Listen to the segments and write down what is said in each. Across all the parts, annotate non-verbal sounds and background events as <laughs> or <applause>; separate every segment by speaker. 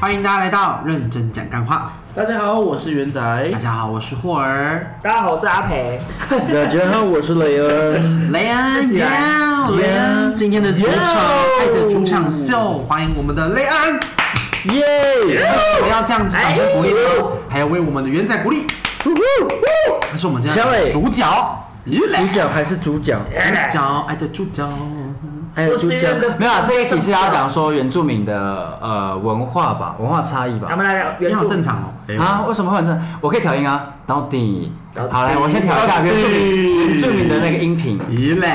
Speaker 1: 欢迎大家来到认真讲干话。
Speaker 2: 大家好，我是元
Speaker 1: 大
Speaker 2: 仔。
Speaker 1: 家好，我是霍尔、
Speaker 3: 大家好，我是阿培。
Speaker 2: 大家好，我是雷恩。
Speaker 1: 雷恩、耶雷恩。今天的主场，爱的主场秀，欢迎我们的雷恩。
Speaker 2: 耶！
Speaker 1: 为什么要这样子掌声鼓励呢？还要为我们的元仔鼓励，他是我们今天的主角。主
Speaker 2: 主角还是主角，
Speaker 1: 主角，爱的主角。
Speaker 2: 还有主
Speaker 3: 我是
Speaker 2: 角
Speaker 3: 那个
Speaker 4: 没有啊，这一集是要讲说原住民的呃文化吧，文化差异
Speaker 3: 咱
Speaker 4: 吧。
Speaker 3: 们来聊
Speaker 1: 你
Speaker 3: 原
Speaker 1: 好
Speaker 3: 著
Speaker 1: 正常哦。
Speaker 4: 啊，为什么会很正？我可以调音啊，到底。
Speaker 3: 到底
Speaker 4: 好，来，我先调一下原住民原住民的那个音频。
Speaker 1: 咦嘞，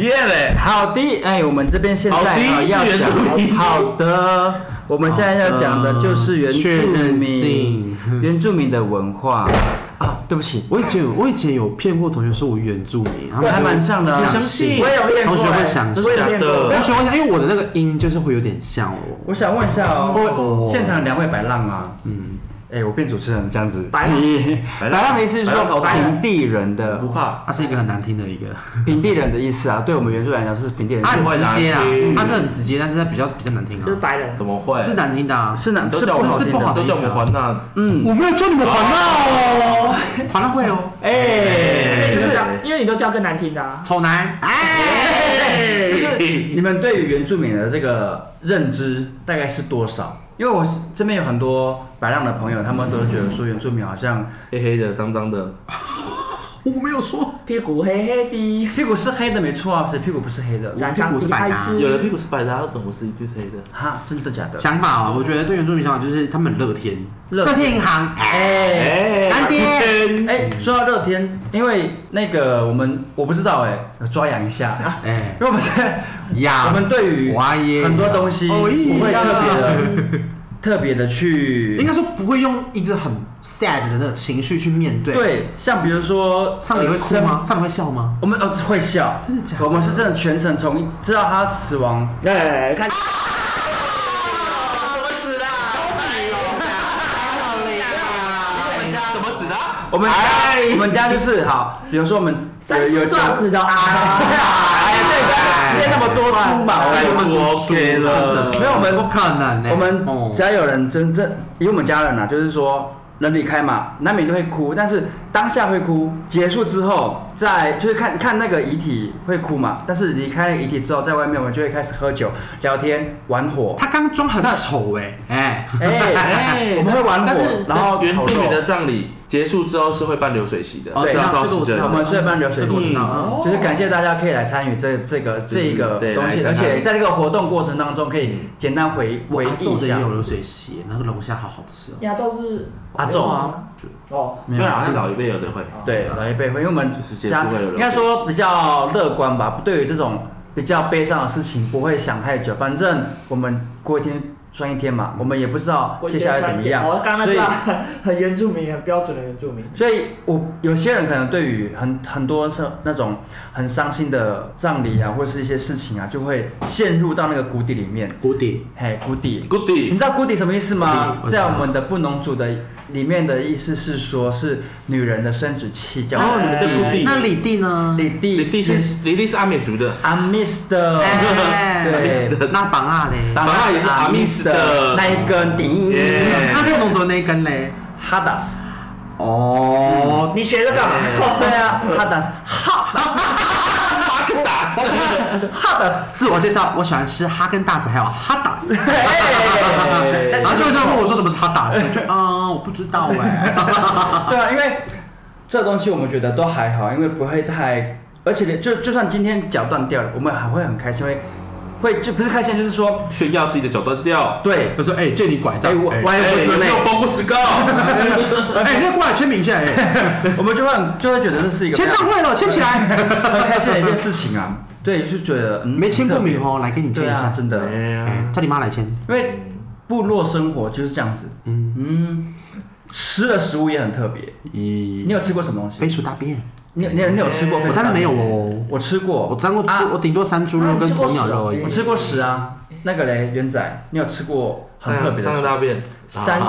Speaker 2: 耶嘞！
Speaker 4: 好的，哎，我们这边现在
Speaker 2: 好的
Speaker 4: 呃要
Speaker 2: 是原住民
Speaker 4: 讲好的，我们现在要讲的就是原
Speaker 1: 确
Speaker 4: 住
Speaker 1: 认性
Speaker 4: 民原住民的文化啊。对不起，
Speaker 1: 我以前有我以前有骗过同学说我原住民，他们
Speaker 4: 对还蛮像的啊
Speaker 1: 想
Speaker 2: 相信
Speaker 3: 我也有练过，
Speaker 1: 同学会想
Speaker 3: 我也有练
Speaker 2: 的
Speaker 3: 过。
Speaker 1: 同学会想，因为我的那个音就是会有点像哦。
Speaker 4: 我想问一下
Speaker 1: 哦
Speaker 4: 哦，现场两位白浪啊，
Speaker 1: 嗯，
Speaker 4: 哎，我变主持人这样子，
Speaker 3: 白浪
Speaker 4: 白浪的意思是
Speaker 2: 白浪淘
Speaker 4: 说
Speaker 2: 汰
Speaker 4: 平地人的
Speaker 2: 不怕，
Speaker 1: 它是一个很难听的一个，
Speaker 4: <laughs> 平地人的意思啊，对我们原著来讲就是平地人
Speaker 1: 它
Speaker 4: 是
Speaker 1: 很
Speaker 4: 会
Speaker 1: 直
Speaker 4: 拿
Speaker 1: 接啊
Speaker 2: 嗯，
Speaker 1: 它是很直接，但是它比较比较难听
Speaker 3: 就是
Speaker 1: 啊，
Speaker 3: 白人，
Speaker 2: 怎么会？
Speaker 1: 是难听的啊。
Speaker 4: 是哪
Speaker 2: 都
Speaker 4: 是
Speaker 2: 叫我
Speaker 4: 不好
Speaker 1: 是
Speaker 4: 听
Speaker 1: 不好
Speaker 2: <laughs>
Speaker 4: 的。
Speaker 1: 的
Speaker 2: 都
Speaker 1: 意思
Speaker 2: 叫我们还那。
Speaker 4: 嗯，
Speaker 1: 我没有叫你们还哦，还了会哦，
Speaker 3: 因为
Speaker 4: 哎
Speaker 3: 你都
Speaker 2: 对
Speaker 3: 叫，因为你都叫更难听的啊。
Speaker 1: 丑男，哎，
Speaker 4: 你们对于原住民的这个认知大概是多少？因为我这边有很多白浪的朋友，他们都觉得说原住民好像
Speaker 2: 黑黑的、脏脏的，
Speaker 1: 我没有说，
Speaker 3: 屁股黑黑的，
Speaker 4: 屁股是黑的，没错啊，谁屁股不是黑的？
Speaker 3: 想想
Speaker 1: 是
Speaker 3: 比
Speaker 1: 白
Speaker 3: 爱
Speaker 1: 的啊
Speaker 3: 之。
Speaker 2: 有的屁股是白的，他懂我是一只黑的。
Speaker 4: 哈，真的假的？
Speaker 1: 想法哦，我觉得对原住民想法就是他们很乐天，
Speaker 4: 乐
Speaker 1: 乐天银行，哎，
Speaker 4: 哎
Speaker 2: 哎
Speaker 1: 干爹
Speaker 4: 哎，说到乐天，因为那个我们我不知道哎，抓痒一下，
Speaker 1: 哎
Speaker 4: 因为我们在
Speaker 1: 呀，
Speaker 4: 我们对于
Speaker 1: 哇耶
Speaker 4: 很多东西不
Speaker 1: 哦咦
Speaker 4: 会
Speaker 1: 呀
Speaker 4: 特别的、 <laughs> 特别的去
Speaker 1: 应该说不会用一直很 sad 的那个情绪去面对。，
Speaker 4: 对，像比如说
Speaker 1: 上你会哭？
Speaker 4: 呃
Speaker 1: 吗？
Speaker 4: 生
Speaker 1: 上你会笑吗？
Speaker 4: 我们哦会笑，
Speaker 1: 真的假的
Speaker 4: 我们是真的全程从知道他死亡，
Speaker 3: 哎，看，
Speaker 1: 哎
Speaker 2: 怎么死的？
Speaker 4: 我们家我们家就是好，比如说我们
Speaker 3: 三猪撞死的啊！
Speaker 4: 哎呀，对，今天那么多猪嘛，我
Speaker 2: 哎
Speaker 4: 们
Speaker 2: 呀
Speaker 1: 多
Speaker 2: 多给
Speaker 1: 真
Speaker 2: 了
Speaker 1: 的是
Speaker 4: 没有我们
Speaker 1: 不可能呢。
Speaker 4: 我们
Speaker 1: 哦
Speaker 4: 只要有人真正以我们家人啊，就是说人离开嘛，难免都会哭，但是当下会哭，结束之后在就是看看那个遗体会哭嘛，但是离开了遗体之后，在外面我们就会开始喝酒、聊天、玩火，
Speaker 1: 他刚刚装很丑哎哎
Speaker 4: 哎，我们会玩火
Speaker 2: 但是，
Speaker 4: 然后
Speaker 2: 原
Speaker 4: 烤
Speaker 2: 住
Speaker 4: 肉
Speaker 2: 民的葬礼结束之后是会办流水席的，
Speaker 1: <laughs> 哦
Speaker 4: 知道
Speaker 2: 到
Speaker 1: 这个我知道
Speaker 4: 我们是办流水
Speaker 1: 这
Speaker 4: 哦
Speaker 1: 个我知
Speaker 4: 席
Speaker 1: 道嗯，
Speaker 4: 就是感谢大家可以来参与这这个这一个
Speaker 2: 对
Speaker 4: 东西，
Speaker 2: 来
Speaker 4: 而
Speaker 2: 看看
Speaker 4: 且在这个活动过程当中可
Speaker 1: 嗯
Speaker 4: 以简单回
Speaker 1: 我
Speaker 4: 回
Speaker 1: 阿
Speaker 4: 忆
Speaker 1: 昼的
Speaker 4: 一下
Speaker 1: 也有流水席，那个龙虾好好吃哦。
Speaker 3: 亚洲是
Speaker 4: 阿昼啊，
Speaker 1: 啊，
Speaker 3: 哦，
Speaker 2: 没有啊，好像老一辈有的会。
Speaker 4: 对，老一辈会，因为我们
Speaker 2: 就是接触会有人
Speaker 4: 应该说比较乐观吧，对于这种比较悲伤的事情不会想太久，反正我们过一天算一天嘛，我们也不知道接下来怎么样
Speaker 2: 哦
Speaker 3: 我刚，刚那
Speaker 4: 所
Speaker 3: 句
Speaker 4: 以
Speaker 3: 话很原住民，很标准的原住民。
Speaker 4: 所以我有些人可能对于很很多是那种很伤心的葬礼啊，或是一些事情啊，就会陷入到那个谷底里面，
Speaker 1: 谷底
Speaker 4: 嘿，谷底。你
Speaker 2: Goody，
Speaker 4: 知道谷底什么意思吗
Speaker 1: 谷？底
Speaker 4: 在我们的布农族的里面的意思是说，是女人的生殖器叫
Speaker 2: 哦你们的谷底
Speaker 1: 那李弟呢？
Speaker 4: 里地
Speaker 2: 李弟是李弟是阿美族的，
Speaker 4: 阿密斯
Speaker 1: <laughs>
Speaker 4: 的，
Speaker 1: 哎
Speaker 4: 对，
Speaker 1: 那榜二嘞？
Speaker 4: 当然那一根顶
Speaker 2: 耶
Speaker 1: 那六龙族那一根嘞？
Speaker 4: 哈达斯，
Speaker 1: 哦，
Speaker 3: 你学这干嘛？
Speaker 4: 对啊，哈达斯，
Speaker 2: 巴克达斯，
Speaker 4: 哈达斯，
Speaker 1: 自我介绍，我喜欢吃哈根达斯，还有哈达
Speaker 4: <laughs>
Speaker 1: 斯。然后就有人问我说什么是哈达斯，我就嗯，我不知道
Speaker 4: <laughs>
Speaker 1: 哎。
Speaker 4: 对啊，因为这东西我们觉得都还好，因为不会太，而且连就就算今天脚断掉了，我们还会很开心，会会就不是开心，就是说，
Speaker 2: 炫耀自己的脚断掉，
Speaker 4: 对，
Speaker 1: 我说哎，借你拐
Speaker 4: 哎
Speaker 1: 杖，
Speaker 4: 我我
Speaker 2: 哎
Speaker 4: 还不
Speaker 2: 有
Speaker 4: 准
Speaker 2: 没
Speaker 4: 备，
Speaker 2: 有包过石膏？
Speaker 1: 哎，那过来签名一
Speaker 4: <laughs>
Speaker 1: 下哎，
Speaker 4: 我们就会很就会觉得这是一个
Speaker 1: 签唱会了，签起来。
Speaker 4: 很开心的一件事情啊，对，就觉得嗯
Speaker 1: 没签过名哦，来给你签
Speaker 4: 对
Speaker 1: 一
Speaker 4: 啊，
Speaker 1: 下，
Speaker 4: 真的。
Speaker 1: 哎，叫你妈来签。
Speaker 4: 因为部落生活就是这样子。
Speaker 1: 嗯
Speaker 4: 嗯吃的食物也很特别。你
Speaker 1: 咦，
Speaker 4: 有吃过什么东西
Speaker 1: 飞？鼠大便，
Speaker 4: 你有你有你有吃过？
Speaker 1: 我当然没有。哦，
Speaker 4: 我吃过，
Speaker 1: 我沾过
Speaker 4: 啊
Speaker 1: 猪，我顶多山猪肉跟鸵鸟肉而已
Speaker 4: 我。吃过屎啊。那个嘞，元仔，你有吃过很特别
Speaker 2: 上
Speaker 4: 的
Speaker 2: 个
Speaker 4: 食物
Speaker 2: 大便，
Speaker 4: 山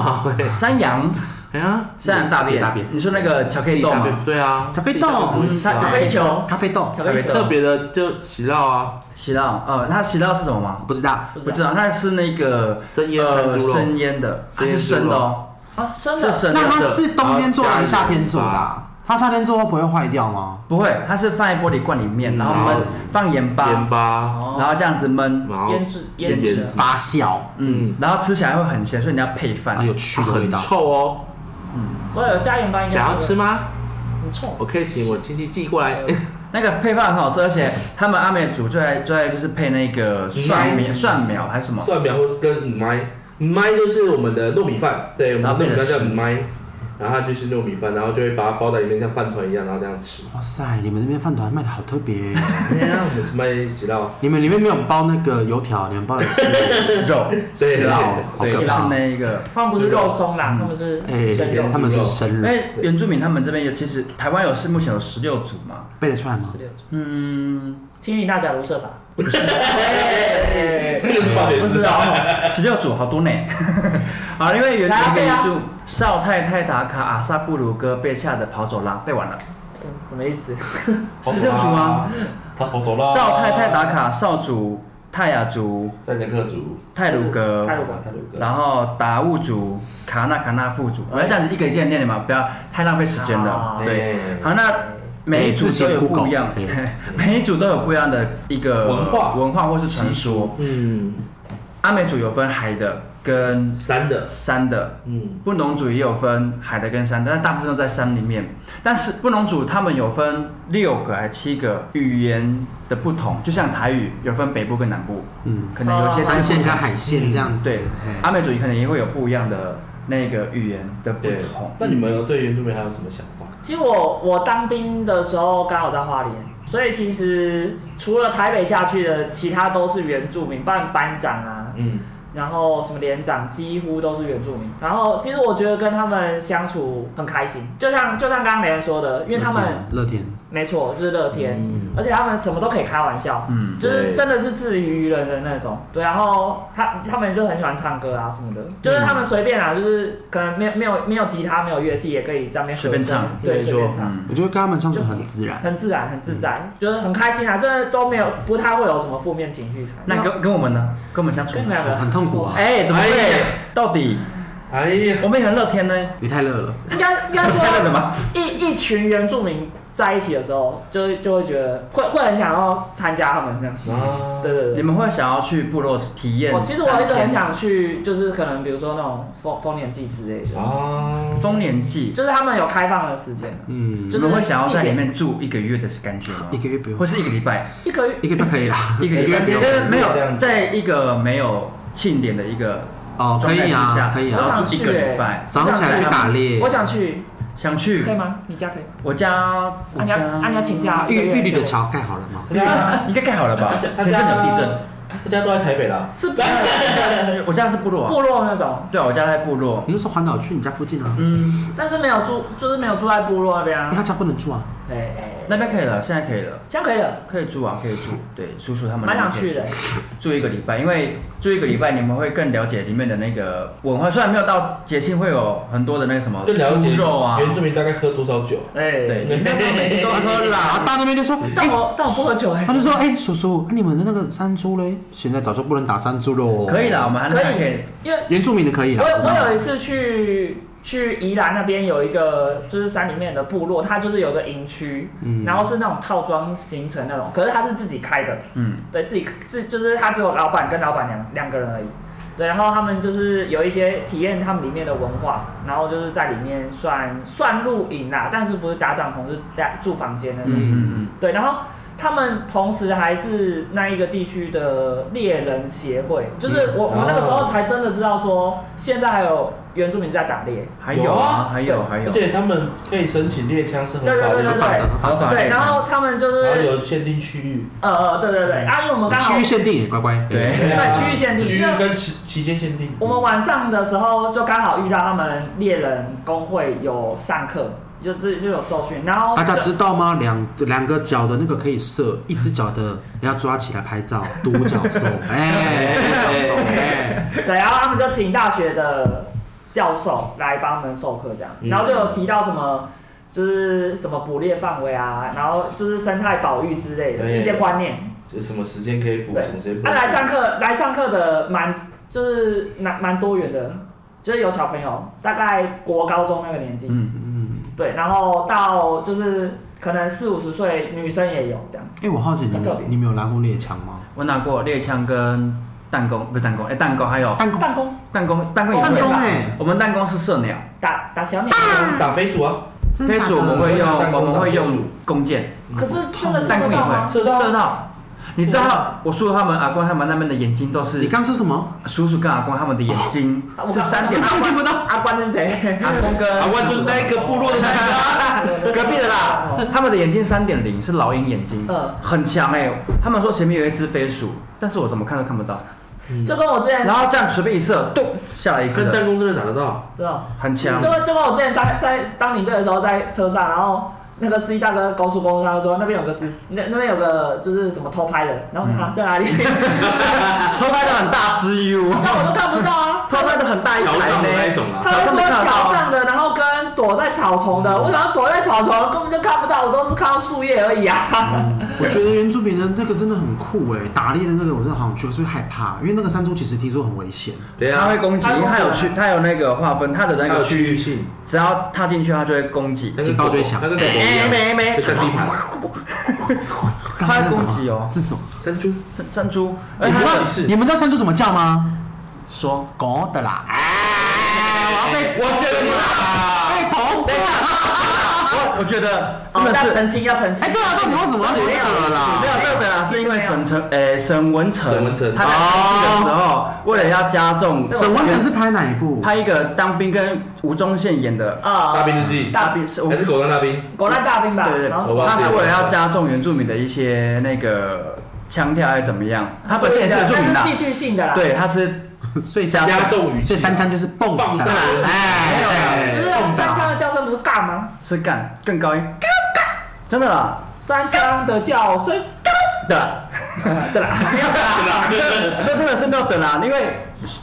Speaker 4: 山羊？
Speaker 2: <laughs> 哎呀，
Speaker 4: 自然大
Speaker 1: 自己
Speaker 4: 便，
Speaker 1: 大便
Speaker 4: 你说那个巧克力豆
Speaker 2: 自己大
Speaker 4: 吗
Speaker 2: 便？对啊，
Speaker 1: 咖啡豆
Speaker 2: 嗯，
Speaker 3: 它咖啡球，
Speaker 1: 咖啡豆
Speaker 3: 巧克力
Speaker 4: 对
Speaker 3: 球，
Speaker 2: 特别的就洗到啊，
Speaker 4: 喜酪，呃，它喜酪是什么吗？
Speaker 1: 不知道，
Speaker 4: 不知道，它是那个
Speaker 2: 生腌
Speaker 4: 呃
Speaker 2: 山猪肉
Speaker 4: 生腌的，它
Speaker 2: 生腌
Speaker 4: 是
Speaker 2: 猪肉
Speaker 4: 生的哦，
Speaker 3: 啊，真
Speaker 4: 是
Speaker 3: 的，
Speaker 4: 生
Speaker 1: 那
Speaker 4: 的，
Speaker 1: 它是冬天做还是夏天做的啊？它夏天做会不会坏掉吗？
Speaker 4: 不会，它是放在玻璃罐里面，然后焖
Speaker 1: 哦，
Speaker 4: 放盐巴，
Speaker 2: 盐巴，
Speaker 4: 然后这样子焖，
Speaker 2: 然后
Speaker 3: 哦腌制
Speaker 2: 腌
Speaker 3: 腌制
Speaker 2: 制，
Speaker 1: 发酵
Speaker 4: 嗯，然后吃起来会很咸，所以你要配饭
Speaker 1: 啊，。有趣的味
Speaker 2: 很
Speaker 1: 道。
Speaker 2: 臭哦，
Speaker 3: 我有加盐巴，应该
Speaker 2: 想要吃吗？
Speaker 3: 很臭
Speaker 2: 我。可以请我亲戚寄过
Speaker 3: 嗯
Speaker 2: 来。
Speaker 4: 那个配饭很好吃，而且他们阿美族最爱最爱就是配那个蒜
Speaker 2: 嗯
Speaker 4: 苗蒜苗还是什么，
Speaker 2: <laughs> 蒜苗或是跟五麦，五麦就是我们的糯米饭，对，我们的糯米饭叫五麦，然后它就是糯米饭，然后就会把它包在里面像饭团一样，然后这样
Speaker 4: <laughs>
Speaker 2: 吃。
Speaker 1: 哇塞，你们那边饭团卖的好特别，
Speaker 2: 对啊，我们是卖喜酪，
Speaker 1: 你们里面没有包那个油条，你们包的是
Speaker 4: 肉，
Speaker 2: 对
Speaker 1: 喜酪，好
Speaker 2: 对
Speaker 4: 就
Speaker 1: 可
Speaker 4: 是
Speaker 1: 怕。
Speaker 4: 那个。
Speaker 3: 他们不是肉松啦，他们是生肉
Speaker 1: 哎，。他们是生
Speaker 4: 因
Speaker 1: 日，
Speaker 4: 为原住民他们这边有，其实台湾有是目前有十六组嘛，
Speaker 1: 背得出来吗
Speaker 3: 十？六种，
Speaker 4: 嗯，
Speaker 3: 清理大甲如设法。
Speaker 1: 哎
Speaker 2: 那
Speaker 4: 哎
Speaker 2: 个是化学
Speaker 3: 不
Speaker 2: 式
Speaker 3: 知
Speaker 2: 吧？
Speaker 3: 道，
Speaker 4: 哦十六组好多呢。 <laughs> 好，因为原
Speaker 3: 来啊
Speaker 4: 住民
Speaker 3: 背啊
Speaker 4: 原住少太太达卡阿萨布鲁哥被吓得跑走啦，背完了。
Speaker 3: 什么意思？
Speaker 4: 十六组啊，
Speaker 2: 哦他跑走了。
Speaker 4: 少太太达卡少族、泰雅族、
Speaker 2: 战江克族，
Speaker 4: 泰鲁格，
Speaker 3: 泰鲁格
Speaker 2: 他六个，
Speaker 4: 然后达悟族、卡纳卡纳富族，我要这样子一个一个念的嘛，不要太浪费时间了
Speaker 3: 啊。
Speaker 4: 对，
Speaker 2: 哎
Speaker 4: 好，那每一组都有不一样
Speaker 1: 对自行
Speaker 4: <laughs> 每一组都有不一样的一个
Speaker 2: 文化
Speaker 4: 文化或是传说。
Speaker 2: 嗯，
Speaker 4: 阿美族有分海的跟
Speaker 2: 三的，
Speaker 4: 山的，
Speaker 2: 嗯，
Speaker 4: 布农族也有分海的跟山的，但大部分都在山里面。但是布农族他们有分六个还七个语言的不同，就像台语有分北部跟南部，
Speaker 1: 嗯，
Speaker 4: 可能有些
Speaker 1: 山线跟海线这样子。
Speaker 4: 对啊
Speaker 1: 哎
Speaker 4: 阿美族可能也会有不一样的那个语言的不
Speaker 2: 对
Speaker 4: 同。。
Speaker 2: 那你们有对原住民还有什么想法？
Speaker 3: 其实我我当兵的时候刚好在花莲，所以其实除了台北下去的，其他都是原住民，办班长啊，
Speaker 2: 嗯，
Speaker 3: 然后什么连长，几乎都是原住民。然后其实我觉得跟他们相处很开心，就像就像刚刚莲说的，因为他们
Speaker 1: 乐天，
Speaker 3: 没错就是乐天，
Speaker 2: 嗯
Speaker 3: 而且他们什么都可以开玩笑，
Speaker 4: 嗯
Speaker 3: 就是
Speaker 2: 对
Speaker 3: 真的是自娱于人的那种。对，然后他他们就很喜欢唱歌啊什么的，就是他们随便啊，就是可能没有没有没有吉他没有乐器也可以在那边合
Speaker 4: 随便
Speaker 3: 唱
Speaker 4: 唱
Speaker 3: 对，
Speaker 2: 没
Speaker 3: 随便
Speaker 2: 错
Speaker 3: 唱。
Speaker 4: 嗯
Speaker 1: 我觉得跟他们相处很自然。
Speaker 3: 很自然，很自在，就是很开心啊！真的都没有，不太会有什么负面情绪产生。
Speaker 4: 那跟跟我们呢？跟我们相处
Speaker 3: 跟？两个
Speaker 1: 很痛苦啊
Speaker 4: 哎，怎么会？到底
Speaker 2: 哎呀，
Speaker 4: 我们也很乐天呢？
Speaker 1: 你太乐了，
Speaker 3: 应该应该
Speaker 4: 太冷了
Speaker 3: 说
Speaker 4: 吗
Speaker 3: 一一群原住民在一起的时候，就就会觉得会会很想要参加他们这样。
Speaker 2: 啊，
Speaker 3: 对对
Speaker 4: 你
Speaker 3: 对。
Speaker 4: 们会想要去部落体验
Speaker 3: 我
Speaker 4: 三天？
Speaker 3: 哦其实我一直很想去，就是可能比如说那种丰丰年祭之类
Speaker 4: 哦
Speaker 3: 的，
Speaker 2: 啊，
Speaker 4: 丰年祭，
Speaker 3: 就是他们有开放的时间，
Speaker 1: 嗯，
Speaker 3: 就
Speaker 4: 你
Speaker 3: 是
Speaker 4: 们会想要在
Speaker 3: 祭
Speaker 4: 里
Speaker 3: 典
Speaker 4: 面住一个月的感觉吗？
Speaker 1: 一个月不用
Speaker 4: 或，是一个礼拜？
Speaker 3: 一个月
Speaker 1: 一个月可以啦，
Speaker 4: <laughs> 一个礼拜
Speaker 1: 不用
Speaker 4: 但是没
Speaker 2: 这样
Speaker 4: 有
Speaker 2: 子
Speaker 4: 在一个没有庆典的一个
Speaker 1: 哦，可
Speaker 4: 状态
Speaker 1: 以
Speaker 4: 之
Speaker 1: 啊
Speaker 4: 下，，
Speaker 1: 可以
Speaker 4: 然
Speaker 1: 啊，
Speaker 4: 后住一个礼拜，
Speaker 1: 早上起来去打猎，
Speaker 3: 我想去，
Speaker 4: 想去
Speaker 3: 可以吗？你家可以？
Speaker 4: 我家，我
Speaker 3: 啊你要
Speaker 4: 家，
Speaker 3: 啊你要请假
Speaker 1: 啊玉玉里的桥盖好了吗？
Speaker 2: 他家
Speaker 4: <laughs> 应该盖好了吧？
Speaker 2: 他
Speaker 4: 前阵
Speaker 2: 家
Speaker 4: 有地震。，
Speaker 2: 他家都在台北啦。
Speaker 3: 是
Speaker 4: 我家是部落、啊，
Speaker 3: 部落那种，
Speaker 4: 对啊，我家在部落。
Speaker 1: 你那时候环岛去你家附近啊？
Speaker 4: 嗯，
Speaker 3: 但是没有住，就是没有住在部落那边啊
Speaker 1: 那。他家不能住啊？
Speaker 3: 哎哎，
Speaker 4: 那边可以了，现在可以了，
Speaker 3: 现在可以了，
Speaker 4: 可以住啊，可以住。对，叔叔他们
Speaker 3: 蛮想
Speaker 4: 那边可以
Speaker 3: 去的。
Speaker 4: 住一个礼拜，因为住一个礼拜你们会更了解里面的那个文化。虽然没有到节庆会有很多的那个什么
Speaker 2: 就了
Speaker 4: 猪
Speaker 2: 解
Speaker 4: 肉啊，
Speaker 2: 原住民大概喝多少酒？
Speaker 3: 哎，
Speaker 4: 对，你们每 <laughs> 天都喝
Speaker 1: 然
Speaker 3: 啊
Speaker 4: 啦。
Speaker 1: 后到那边就说，
Speaker 3: 但
Speaker 1: 哎
Speaker 3: 我但我不喝酒哎、
Speaker 1: 他就说，哎，叔叔，你们的那个山猪嘞，现在早就不能打山猪喽。
Speaker 4: 可以啦，我们还
Speaker 3: 可
Speaker 4: 还可
Speaker 3: 以
Speaker 4: 以，，
Speaker 3: 因为
Speaker 1: 原住民的可以
Speaker 3: 我
Speaker 1: 啦，知道
Speaker 3: 我有
Speaker 1: 吗
Speaker 3: 一次去去宜兰那边有一个就是山里面的部落，它就是有个营区，
Speaker 1: 嗯
Speaker 3: 然后是那种套装形成那种，可是它是自己开的，
Speaker 4: 嗯，
Speaker 3: 对自己自就是他只有老板跟老板娘两个人而已。对，然后他们就是有一些体验他们里面的文化，然后就是在里面算算露营啦，但是不是搭帐篷，是搭住房间那种。
Speaker 4: 嗯嗯
Speaker 3: 对，然后他们同时还是那一个地区的猎人协会，就是我、我那个时
Speaker 1: 哦
Speaker 3: 候才真的知道说，现在还有原住民在打猎。
Speaker 4: 还有啊，还有还
Speaker 2: 而
Speaker 4: 有，
Speaker 2: 且他们可以申请猎枪是合法
Speaker 3: 对对
Speaker 1: 哦合
Speaker 3: 对
Speaker 2: 的，
Speaker 1: 法的，合法
Speaker 4: 合法
Speaker 1: 的。
Speaker 4: 猎
Speaker 3: 对，
Speaker 4: 人
Speaker 3: 然后他们就是
Speaker 2: 然后有限定区域，
Speaker 3: 呃呃，对对对，啊，因为我们刚好
Speaker 1: 嗯区域限定也乖乖，
Speaker 4: 对
Speaker 1: 哎
Speaker 2: 对啊
Speaker 3: 对区域限定
Speaker 2: 区域
Speaker 3: 那
Speaker 2: 跟期期间限定。
Speaker 3: 我们晚上的时候就刚好遇到他们猎人工会有上课，就是就有受训，然后
Speaker 1: 大家
Speaker 3: 就
Speaker 1: 啊知道吗？两两个脚的那个可以射，一只脚的要抓起来拍照，独角兽，哎，独角兽，哎，
Speaker 3: 对，然后他们就请大学的教授来帮我们授课这样，
Speaker 2: 嗯
Speaker 3: 然后就有提到什么。就是什么捕猎范围啊，然后就是生态保育之类的
Speaker 2: 对
Speaker 3: 一些观念，
Speaker 2: 就什么时间可以补，
Speaker 3: 对
Speaker 2: 什么时间不
Speaker 3: 他、
Speaker 2: 能补。
Speaker 3: 来上课来上课的蛮就是蛮蛮多元的，就是有小朋友大概国高中那个年纪，
Speaker 4: 嗯，
Speaker 3: 对，然后到就是可能四五十岁女生也有这样子，
Speaker 1: 哎、我好奇你
Speaker 3: 很特别
Speaker 1: 们你们有拿过猎枪吗？
Speaker 4: 我拿过猎枪跟弹弓，不是弹弓，哎、弹弓还有
Speaker 1: 弹弓，
Speaker 3: 弹弓
Speaker 4: 弹弓，弹弓也
Speaker 3: 弹
Speaker 4: 会
Speaker 3: 弓
Speaker 1: 哎、
Speaker 4: 我们弹弓是射鸟，
Speaker 3: 打打小鸟，
Speaker 2: 打飞鼠啊，
Speaker 1: 真的
Speaker 4: 飞
Speaker 1: 假
Speaker 4: 鼠
Speaker 1: 的
Speaker 4: 我们会用，
Speaker 2: 弹弓
Speaker 4: 我们会
Speaker 2: 弹弓
Speaker 4: 用弓箭，
Speaker 3: 可是真的射
Speaker 4: 弹
Speaker 3: 得
Speaker 4: 弓也
Speaker 3: 到吗啊
Speaker 4: 会？
Speaker 2: 射得到
Speaker 4: 射到。你知道我叔叔他们阿公他们那边的眼睛都
Speaker 1: 你
Speaker 4: 是
Speaker 1: 刚说什么？
Speaker 4: 叔叔跟阿公他们的眼睛
Speaker 3: 啊我
Speaker 4: 是三点
Speaker 1: 根
Speaker 3: 阿
Speaker 1: 本 <laughs>
Speaker 3: 关
Speaker 1: 听不到。
Speaker 3: 阿关是谁？
Speaker 4: 阿公跟
Speaker 2: 啊，万就那一个部落的那个啊，
Speaker 4: 隔壁的啦，他们的眼睛三点零是老鹰眼睛，
Speaker 3: 嗯
Speaker 4: 很强哎、他们说前面有一只飞鼠，但是我怎么看都看不到。
Speaker 2: 嗯
Speaker 3: 就跟我之前
Speaker 4: 然后这样随便一射，咚，下来一
Speaker 2: 跟弹
Speaker 4: 个，
Speaker 2: 弓真的打得到，
Speaker 3: 知道，
Speaker 4: 很强
Speaker 3: 就。跟就跟我之前当在当领队的时候，在车上，然后那个司机大哥高速公路，他就说那边有个司那那边有个就是什么偷拍的，然后我说啊在哪里？
Speaker 4: 嗯 <laughs> 偷拍的很大只 U，
Speaker 3: 但我都看不到啊，
Speaker 4: 偷拍的很大一
Speaker 2: 桥上的那
Speaker 4: 台
Speaker 2: 一
Speaker 4: 呢。
Speaker 2: 种啊，
Speaker 3: 他们说桥上的，然后跟躲在草丛
Speaker 4: 嗯
Speaker 3: 的，我想要躲在草丛根本就看不到，我都是看到树叶而已啊。
Speaker 1: 我觉得原住民的那个真的很酷哎、打猎的那个我真的好想去，可是会害怕，因为那个山猪其实听说很危险。
Speaker 2: 对
Speaker 4: 它会
Speaker 2: 啊，
Speaker 4: 攻击，
Speaker 3: 它
Speaker 4: 因为
Speaker 3: 会攻击
Speaker 4: 它有区，它有那个划分，它的那
Speaker 2: 还有
Speaker 4: 个区，
Speaker 2: 区域性，
Speaker 4: 只要踏进去，它就会攻击。
Speaker 2: 那个
Speaker 1: 警报
Speaker 2: 狗
Speaker 1: 就响
Speaker 2: 那个狗狗一
Speaker 4: 哎
Speaker 2: 样，
Speaker 4: 没没
Speaker 2: 就，占地盘，
Speaker 1: 刚刚那
Speaker 4: 它会
Speaker 1: 什么
Speaker 4: 攻击哦
Speaker 1: 这是什么？
Speaker 2: 山猪，
Speaker 4: 珍珠，
Speaker 2: 哎
Speaker 4: 哎，
Speaker 1: 你
Speaker 4: 它
Speaker 1: 知道
Speaker 2: 它是
Speaker 1: 你们知道山猪怎么叫吗？
Speaker 4: 说
Speaker 1: 狗的啦！哎，我要被我觉得你被投诉了。
Speaker 4: 我我觉得真的
Speaker 3: 好 <laughs> 要
Speaker 4: 是
Speaker 3: 澄清，要澄清。
Speaker 1: 哎，对啊，到底为什么要投诉
Speaker 4: 没
Speaker 1: 啦？
Speaker 4: 有这个啊，是因为沈成，诶、沈文成，哦
Speaker 2: 沈文成
Speaker 4: 他在拍戏的时候，为了要加重
Speaker 1: 沈文成是拍哪一部？
Speaker 4: 拍一个当兵跟吴宗宪演的，
Speaker 3: 啊，
Speaker 2: 大兵日记，
Speaker 3: 大
Speaker 4: 兵是我
Speaker 2: 还是狗当大兵，
Speaker 3: 狗蛋大兵吧？
Speaker 4: 对对对，
Speaker 3: 然后什
Speaker 2: 我
Speaker 3: 么
Speaker 2: 忘
Speaker 4: 他
Speaker 2: 记了
Speaker 4: 是为了要加重原住民的一些那个腔调还是怎么样，他本身也是原住民的啊
Speaker 3: 那是，戏剧性的啦。
Speaker 4: 对，他是
Speaker 1: 所以三
Speaker 2: 加重语
Speaker 1: 所
Speaker 2: 气
Speaker 1: 以，三枪就是蹦
Speaker 2: 放
Speaker 1: 的
Speaker 2: 大
Speaker 1: 啦，哎，
Speaker 2: 没
Speaker 3: 不
Speaker 2: 有
Speaker 3: 是
Speaker 1: 蹦的
Speaker 3: 三枪
Speaker 1: 啦。
Speaker 3: 的叫声不是尬吗？
Speaker 4: 是干更高音，真的啦
Speaker 3: 三枪的叫声，
Speaker 4: <laughs> 的，
Speaker 3: 对啦，
Speaker 4: <laughs>
Speaker 3: 没有啦，
Speaker 4: 所以真的是没有的啦，因为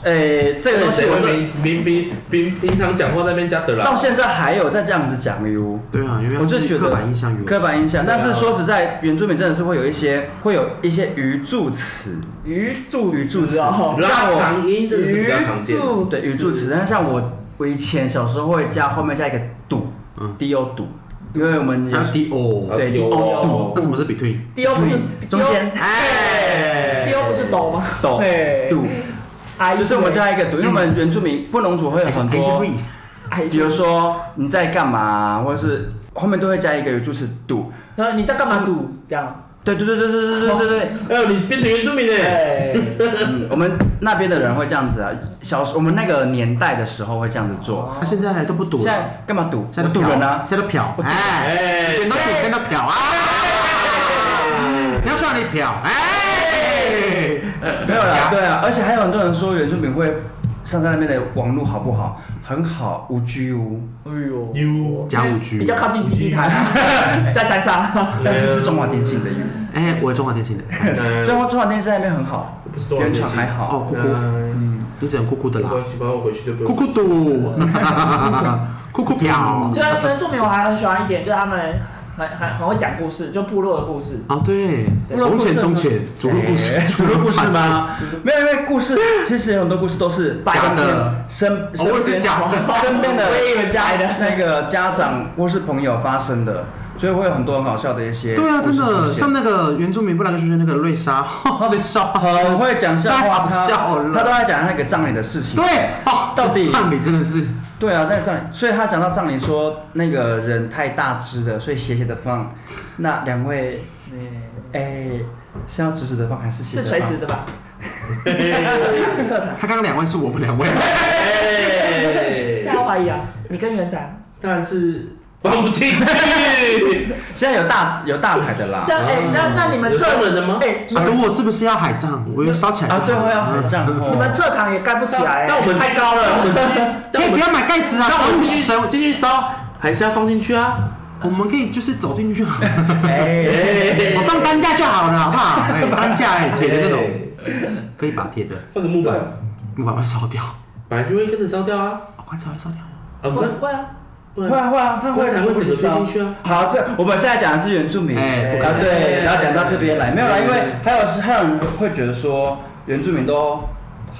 Speaker 4: 诶、这个
Speaker 2: 那
Speaker 4: 东西
Speaker 2: 谁
Speaker 4: 我
Speaker 2: 会
Speaker 4: 觉得
Speaker 2: 明明平平平常讲话那边加的
Speaker 4: 到
Speaker 2: 啦？
Speaker 4: 现在还有在这样子讲哟。
Speaker 1: 对啊，因为
Speaker 4: 我
Speaker 1: 它
Speaker 4: 就是觉得
Speaker 1: 刻板印象
Speaker 4: 刻
Speaker 1: 原
Speaker 4: 板印象，
Speaker 2: 对啊
Speaker 4: 但是说实在，原住民真的是会有一些会有一些语助词，
Speaker 3: 鱼柱
Speaker 4: 鱼柱
Speaker 3: 子
Speaker 4: 子
Speaker 3: 哦，
Speaker 2: 拉长音真的是比较常见
Speaker 3: 鱼，柱
Speaker 4: 对语助词。但是像我我以前小时候会加后面加一个赌
Speaker 1: 嗯
Speaker 4: ，d o 赌，因为我们
Speaker 1: 还有 D O，
Speaker 4: 对
Speaker 2: 丢
Speaker 4: 哦
Speaker 1: 那什么是 between？
Speaker 3: 丢不是
Speaker 4: 嗯中间
Speaker 1: 哎
Speaker 3: 丢不是抖吗？
Speaker 4: 抖
Speaker 3: 对
Speaker 4: 赌，
Speaker 3: 哎
Speaker 4: 就是我们加一个赌，因为我们原住民布农族会有很多，
Speaker 3: 哎
Speaker 4: 比如说你在干嘛，或者是后面都会加一个语助词赌。
Speaker 3: 呃，你在干嘛赌？这样，
Speaker 4: 对对对对对对对对对，
Speaker 2: 哎呦，你变成原住民嘞！
Speaker 3: 对，
Speaker 4: 嗯，我们那边的人会这样子啊，小我们那个年代的时候会这样子做。
Speaker 1: 他现在呢都不赌
Speaker 4: 现
Speaker 1: 了，
Speaker 4: 在干嘛赌？
Speaker 1: 哦现在
Speaker 4: 我
Speaker 1: 都
Speaker 4: 赌
Speaker 1: 嫖
Speaker 4: 人啊！
Speaker 1: 现在都嫖，哎，
Speaker 2: 哎
Speaker 1: 以前都赌，现在都嫖啊，不要说你嫖，哎，
Speaker 4: 没有
Speaker 1: 假
Speaker 4: 啦，对啊，而且还有很多人说原住民会上在那边的网络好不好？很好，无居无，
Speaker 3: 哎呦，
Speaker 2: You
Speaker 1: 加五 G，
Speaker 3: 比较靠近基地台，啊
Speaker 4: <laughs>
Speaker 3: 在山上。
Speaker 4: 但是是中华电信的
Speaker 1: 哎，我是中华电信的，
Speaker 4: U，中华中华电信那边很好
Speaker 2: 不是，中华
Speaker 4: 原
Speaker 2: 电信
Speaker 4: 厂还好。
Speaker 1: 哦，酷酷，
Speaker 2: 嗯，
Speaker 1: 你只能酷酷的
Speaker 4: <laughs>
Speaker 2: 没
Speaker 1: 啦，
Speaker 2: 关系，反正我回去就不用。
Speaker 1: 酷酷赌，酷酷嫖，
Speaker 3: 就原住民我还很喜欢一点，就是他们很很很会讲故事，就部落的故事。
Speaker 1: 啊对，
Speaker 3: 对
Speaker 1: 从前从前，主路故事
Speaker 4: 哎， <laughs> 主路故事吗？没有，因为故事其实很多故事都是
Speaker 1: 假的
Speaker 4: 身
Speaker 1: 哦我以
Speaker 4: 身
Speaker 1: 为是
Speaker 4: 边
Speaker 1: 假的
Speaker 4: 身边的
Speaker 3: 我以为假的
Speaker 4: 那个家长或是朋友发生的，所以会有很多很好笑的一些
Speaker 1: 对啊，
Speaker 4: 故
Speaker 1: 真
Speaker 4: 事出现。
Speaker 1: 的，像那个原住民布兰克学院那个瑞莎， <laughs> 他的笑话
Speaker 4: 很会讲笑
Speaker 1: 太
Speaker 4: 话，
Speaker 1: 好
Speaker 4: 他
Speaker 1: 笑了
Speaker 4: 他都在讲那个葬礼的事情。
Speaker 1: 对，哦，
Speaker 4: 到底
Speaker 1: 唱你真的是，
Speaker 4: 对啊，那葬礼，所以他讲到葬礼说那个人太大只了，所以斜斜的放。那两位，哎、是要直直的放还是斜
Speaker 3: 是
Speaker 4: 斜的
Speaker 3: 垂
Speaker 4: 放？
Speaker 3: 直
Speaker 4: <laughs>
Speaker 3: 的吧？侧躺，
Speaker 1: 他刚刚两位是我们两位，啊
Speaker 2: 哎
Speaker 3: 这样怀疑啊？你跟园长
Speaker 2: 但是放不进去。
Speaker 4: 现在有大有大牌的啦
Speaker 3: 这。样哎，那那你们侧
Speaker 2: 嗯有伤人的吗
Speaker 3: 哎，
Speaker 1: 啊，等我是不是要海葬？我又烧起来
Speaker 4: 啊，对，
Speaker 1: 就好
Speaker 4: 会
Speaker 1: 了
Speaker 4: 要海
Speaker 1: 嗯
Speaker 4: 葬
Speaker 3: 你们
Speaker 4: 哦。
Speaker 3: 侧躺也盖不起来，
Speaker 2: 但我们太高了，
Speaker 1: 可以不要买盖子啊，
Speaker 2: 那我
Speaker 1: 烧
Speaker 2: 们
Speaker 1: 不
Speaker 2: 进
Speaker 1: 烧
Speaker 2: 去？进去烧，还是要放进去啊？
Speaker 1: 我们可以就是走进去，我
Speaker 2: 哎，
Speaker 1: 放担架就好了，好不好？哎，担架哎，铁的那种，可以吧？铁的，
Speaker 2: 放个木板，
Speaker 1: 木板会烧掉。哦
Speaker 2: 本来就会跟着烧掉啊。
Speaker 1: 棺材会烧掉吗？
Speaker 2: 啊，不
Speaker 3: 会
Speaker 2: 然
Speaker 3: 会啊，
Speaker 2: 不
Speaker 4: 会
Speaker 2: 然
Speaker 4: 啊会啊，他
Speaker 2: 棺材会整个飞进去啊。
Speaker 4: 好，这我们现在讲的是原住民，
Speaker 1: 哎
Speaker 4: 啊
Speaker 1: 不可能
Speaker 4: 对，然后讲到这边来，没有啦，
Speaker 2: 哎
Speaker 4: 因为还有是还有人会觉得说原住民都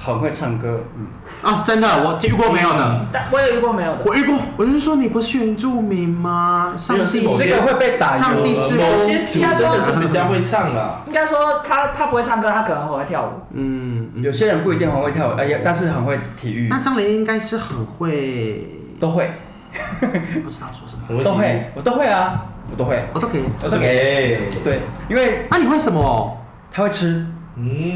Speaker 4: 很会唱歌，嗯，
Speaker 1: 啊，真的，我遇过没有呢？
Speaker 3: 但我也遇过没有的。
Speaker 1: 我遇过，我就说你不是原住民吗？上
Speaker 2: 没有是
Speaker 1: 帝
Speaker 2: 某
Speaker 4: 这
Speaker 2: 些
Speaker 4: 个会被打
Speaker 1: 上帝
Speaker 4: 油，
Speaker 1: 是
Speaker 2: 某些族真的是比较会唱啦。
Speaker 3: 应该说他他不会唱歌，他可能很会跳舞。
Speaker 1: 嗯，嗯
Speaker 4: 有些人不一定很会跳舞，哎呀，但是很会体育
Speaker 1: 那，张雷应该是很会，
Speaker 4: 都会
Speaker 1: 不知道说什么，
Speaker 2: 很会
Speaker 4: 都
Speaker 2: 听
Speaker 4: 会，我都会啊，我都会，
Speaker 1: 我都可以。
Speaker 4: 我都给，对，因为
Speaker 1: 那你会什么？
Speaker 4: 他会吃，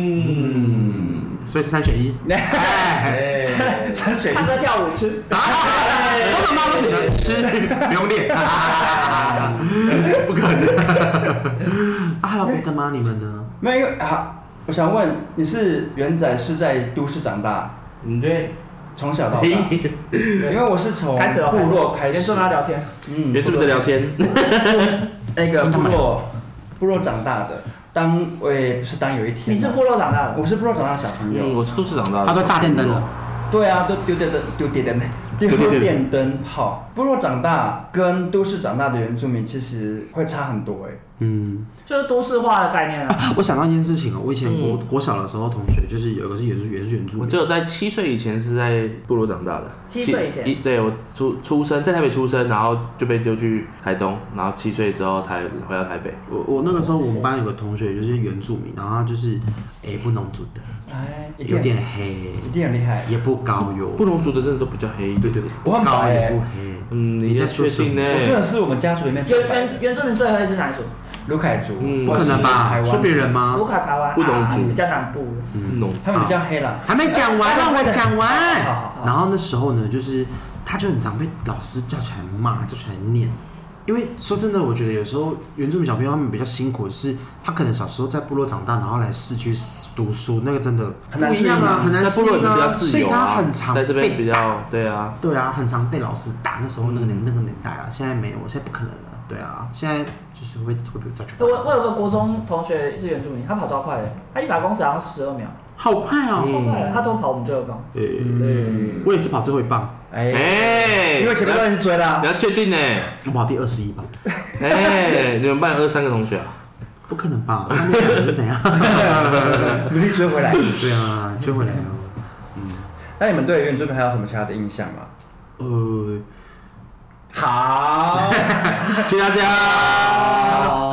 Speaker 2: 嗯，
Speaker 1: 所以是三选一。
Speaker 4: <laughs>
Speaker 1: 哎，
Speaker 2: <laughs> 哎， <laughs>
Speaker 4: 山水
Speaker 3: 唱歌跳舞吃，
Speaker 1: 我怎么我选择吃，不用 <laughs> 练，啊不可能。啊，还有别的吗？你们呢？
Speaker 4: 没有啊，我想问你是元仔是在都市长大，
Speaker 2: 嗯对，
Speaker 4: 从小到大， <laughs> 因为我是从
Speaker 3: 开始了，
Speaker 4: 部落开
Speaker 3: 严
Speaker 4: 始
Speaker 3: 重，要聊天，
Speaker 4: 嗯
Speaker 2: 原住民的聊天，
Speaker 4: 那个部落部落长大的，当我也不是当有一天啊，
Speaker 3: 你是部落长大的，
Speaker 4: 我是部落长大的小朋友，
Speaker 2: 嗯，我是都市长大的，
Speaker 1: 他都炸电灯了。
Speaker 4: 对啊，都丢电灯，丢电灯，
Speaker 1: 丢电
Speaker 4: 丢
Speaker 1: 灯
Speaker 4: 电灯。好，部落长大跟都市长大的原住民其实会差很多哎、
Speaker 1: 嗯，
Speaker 3: 就是都市化的概念啊。
Speaker 1: 我想到一件事情哦，我以前国
Speaker 2: 嗯
Speaker 1: 国小的时候，同学就是有一个是原住也是原住
Speaker 2: 我
Speaker 1: 民
Speaker 2: 只，有在七岁以前是在部落长大的。
Speaker 3: 七岁以前
Speaker 2: 一对我出出生在台北出生，然后就被丢去台东，然后七岁之后才回到台北。
Speaker 1: 我我那个时候我们班有个同学就是原住民，然后他就是哎不农族的，
Speaker 4: 哎，一定
Speaker 1: 有点黑，
Speaker 4: 一定很厉害。
Speaker 1: 也不高哟。
Speaker 2: 布农族的真的都比较黑一
Speaker 1: 对
Speaker 2: 点。
Speaker 1: 对对，不
Speaker 4: 我很
Speaker 1: 高
Speaker 4: 白
Speaker 1: 也
Speaker 4: 欸
Speaker 1: 不黑。
Speaker 2: 嗯，你
Speaker 1: 在
Speaker 2: 在
Speaker 1: 说
Speaker 2: 确
Speaker 1: 什
Speaker 2: 定
Speaker 1: 么？
Speaker 2: 呢？
Speaker 4: 我真的是我们家族里面最
Speaker 3: 原
Speaker 4: 白的
Speaker 3: 原原住民最黑是哪一组？
Speaker 4: 卢凯族，
Speaker 2: 嗯
Speaker 1: 不可能吧？说别人，吗
Speaker 3: 卢？凯排湾，
Speaker 2: 不懂嗯
Speaker 3: 啊
Speaker 2: 族
Speaker 3: 比较南部。
Speaker 2: 布农
Speaker 4: 他们比较黑啦。
Speaker 1: 还没讲完，让我讲完
Speaker 4: 好好。好
Speaker 1: 然后那时候呢，就是他就很常被老师叫起来骂，叫起来念。因为说真的，我觉得有时候原住民小朋友他们比较辛苦的是，他可能小时候在部落长大，然后来市区读书，那个真的
Speaker 4: 很难
Speaker 1: 不一样
Speaker 4: 适
Speaker 1: 啊
Speaker 4: 应啊，
Speaker 1: 很难
Speaker 2: 在
Speaker 1: 适
Speaker 2: 部落
Speaker 1: 应
Speaker 2: 里面比较
Speaker 1: 啊，所
Speaker 2: 自
Speaker 1: 以
Speaker 2: 由
Speaker 1: 他
Speaker 2: 啊，
Speaker 1: 很常
Speaker 2: 在这边比
Speaker 1: 被打。
Speaker 2: 较对啊。
Speaker 1: 对啊，很常被老师打。那时候那个年那个年代啊，现在没有，现在不可能了。对啊，现在就是会会被抓去
Speaker 3: 我
Speaker 1: 关。
Speaker 3: 我有个国中同学是原住民，他跑超快的，他一百公尺好像十二秒，
Speaker 1: 好快哦！
Speaker 3: 超快的，他都跑我们最后一棒。
Speaker 1: 诶、
Speaker 4: 嗯，
Speaker 1: 我也是跑最后一棒，
Speaker 4: 哎，
Speaker 2: 哎，
Speaker 4: 因为前面都已经追啦
Speaker 1: <laughs>
Speaker 2: 你。要确定呢？
Speaker 1: 我跑第二十一棒，
Speaker 2: 哎，你们班有二三个同学啊？
Speaker 1: 不可能吧？那那两个是谁啊？
Speaker 4: 努力追回来。
Speaker 1: 对啊，追回来啊。
Speaker 4: 那你们对原住民还有什么其他的印象吗？
Speaker 1: 呃，
Speaker 4: 好，
Speaker 2: 谢谢大家。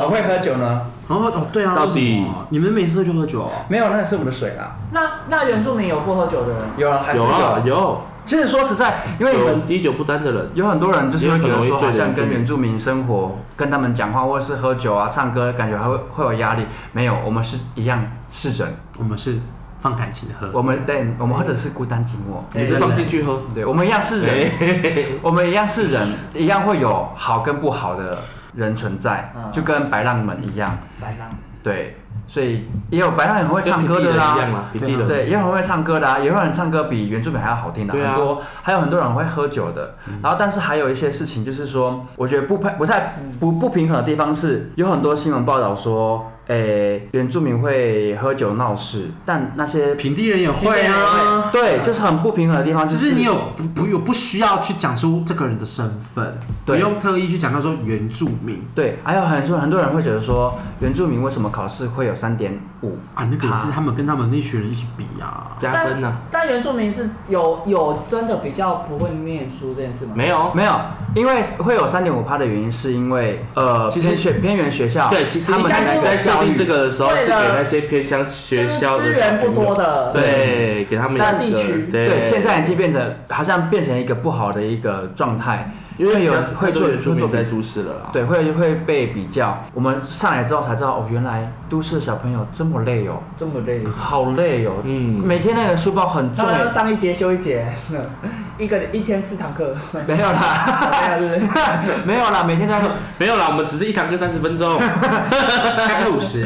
Speaker 4: <laughs> 很会喝酒呢。
Speaker 1: 然后哦，对啊，
Speaker 2: 到底
Speaker 1: 为什么你们每次都去喝酒、哦？
Speaker 4: 没有，那是我们的水啦。
Speaker 3: 那那原住民有不喝酒的人？
Speaker 4: 有啊，还是
Speaker 2: 有啊，有，
Speaker 4: 其实说实在，因为你
Speaker 2: 有
Speaker 4: 们
Speaker 2: 滴酒不沾的人。
Speaker 4: 有很多人就是会觉得说，好像跟原
Speaker 2: 原
Speaker 4: 住民生活、跟他们讲话或者是喝酒啊、唱歌，感觉还会会有压力。没有，我们是一样是人，
Speaker 1: 我们是放感情的喝，
Speaker 4: 我们对，我们喝的是孤单寂寞。
Speaker 2: 你是放进去喝，
Speaker 4: 对，我们一样是人，
Speaker 2: 哎
Speaker 4: 我们一样是人，一样会有好跟不好的人存在，
Speaker 3: 嗯
Speaker 4: 就跟白浪们一样。
Speaker 3: 白浪。
Speaker 4: 对，所以也有白浪很会唱歌的啊
Speaker 2: 跟平地人
Speaker 4: 啦
Speaker 2: 一，样啦，平地
Speaker 1: 对
Speaker 2: 人。
Speaker 4: 对，也有很会唱歌的、啊，也有人唱歌比原住民还要好听的、
Speaker 2: 嗯对啊嗯
Speaker 4: 很多，还有很多人会喝酒的。然后，但是还有一些事情，就是说，我觉得不太不太不不平衡的地方是，有很多新闻报道说，诶，原住民会喝酒闹事，但那些
Speaker 1: 平地人也会啊。
Speaker 2: 嗯
Speaker 4: 对，就是很不平衡的地方，
Speaker 1: 只
Speaker 4: 就是
Speaker 1: 你有不不有不需要去讲出这个人的身份，不
Speaker 4: 对
Speaker 1: 用特意去讲到说原住民
Speaker 4: 对，还有很多很多人会觉得说，原住民为什么考试会有三点五
Speaker 1: 啊，那个也是他们跟他们那群人一起比啊。
Speaker 2: 加分呐、
Speaker 3: 但原住民是有有真的比较不会念书这件事吗？
Speaker 2: 没有，
Speaker 4: 没有，因为会有三点五趴的原因，是因为呃，
Speaker 2: 其实
Speaker 4: 偏学偏远学校，
Speaker 2: 对，其实
Speaker 4: 他
Speaker 2: 应
Speaker 4: 们
Speaker 3: 应该
Speaker 2: 该
Speaker 3: 是
Speaker 2: 是在设定这个的时候，
Speaker 3: 为了
Speaker 2: 是给那些偏乡学校
Speaker 3: 就是资源不多的
Speaker 2: 对，给他们
Speaker 3: 那
Speaker 2: 一个
Speaker 3: 地区
Speaker 2: 对，
Speaker 4: 对，现在已经变成好像变成一个不好的一个状态，因为有会
Speaker 2: 会
Speaker 4: 做
Speaker 2: 做
Speaker 4: 会
Speaker 2: 原住
Speaker 4: 做
Speaker 2: 民在
Speaker 4: 比
Speaker 2: 都市了啦，
Speaker 4: 对，会会被比较。我们上来之后才知道，哦，原来都市的小朋友这么累哦，
Speaker 3: 这么累，
Speaker 4: 好累哦，
Speaker 2: 嗯
Speaker 4: 每天那个书包很
Speaker 3: 他
Speaker 4: 重，
Speaker 3: 们要啊上一节休一节， <laughs> 一个一天四堂 <laughs> 课，啊
Speaker 4: 没有啦，
Speaker 3: 没有是不
Speaker 4: <laughs>
Speaker 3: 是？
Speaker 4: 没有啦，每天都要
Speaker 2: 没有啦，我们只是一堂课三十分钟，
Speaker 1: 下课五十，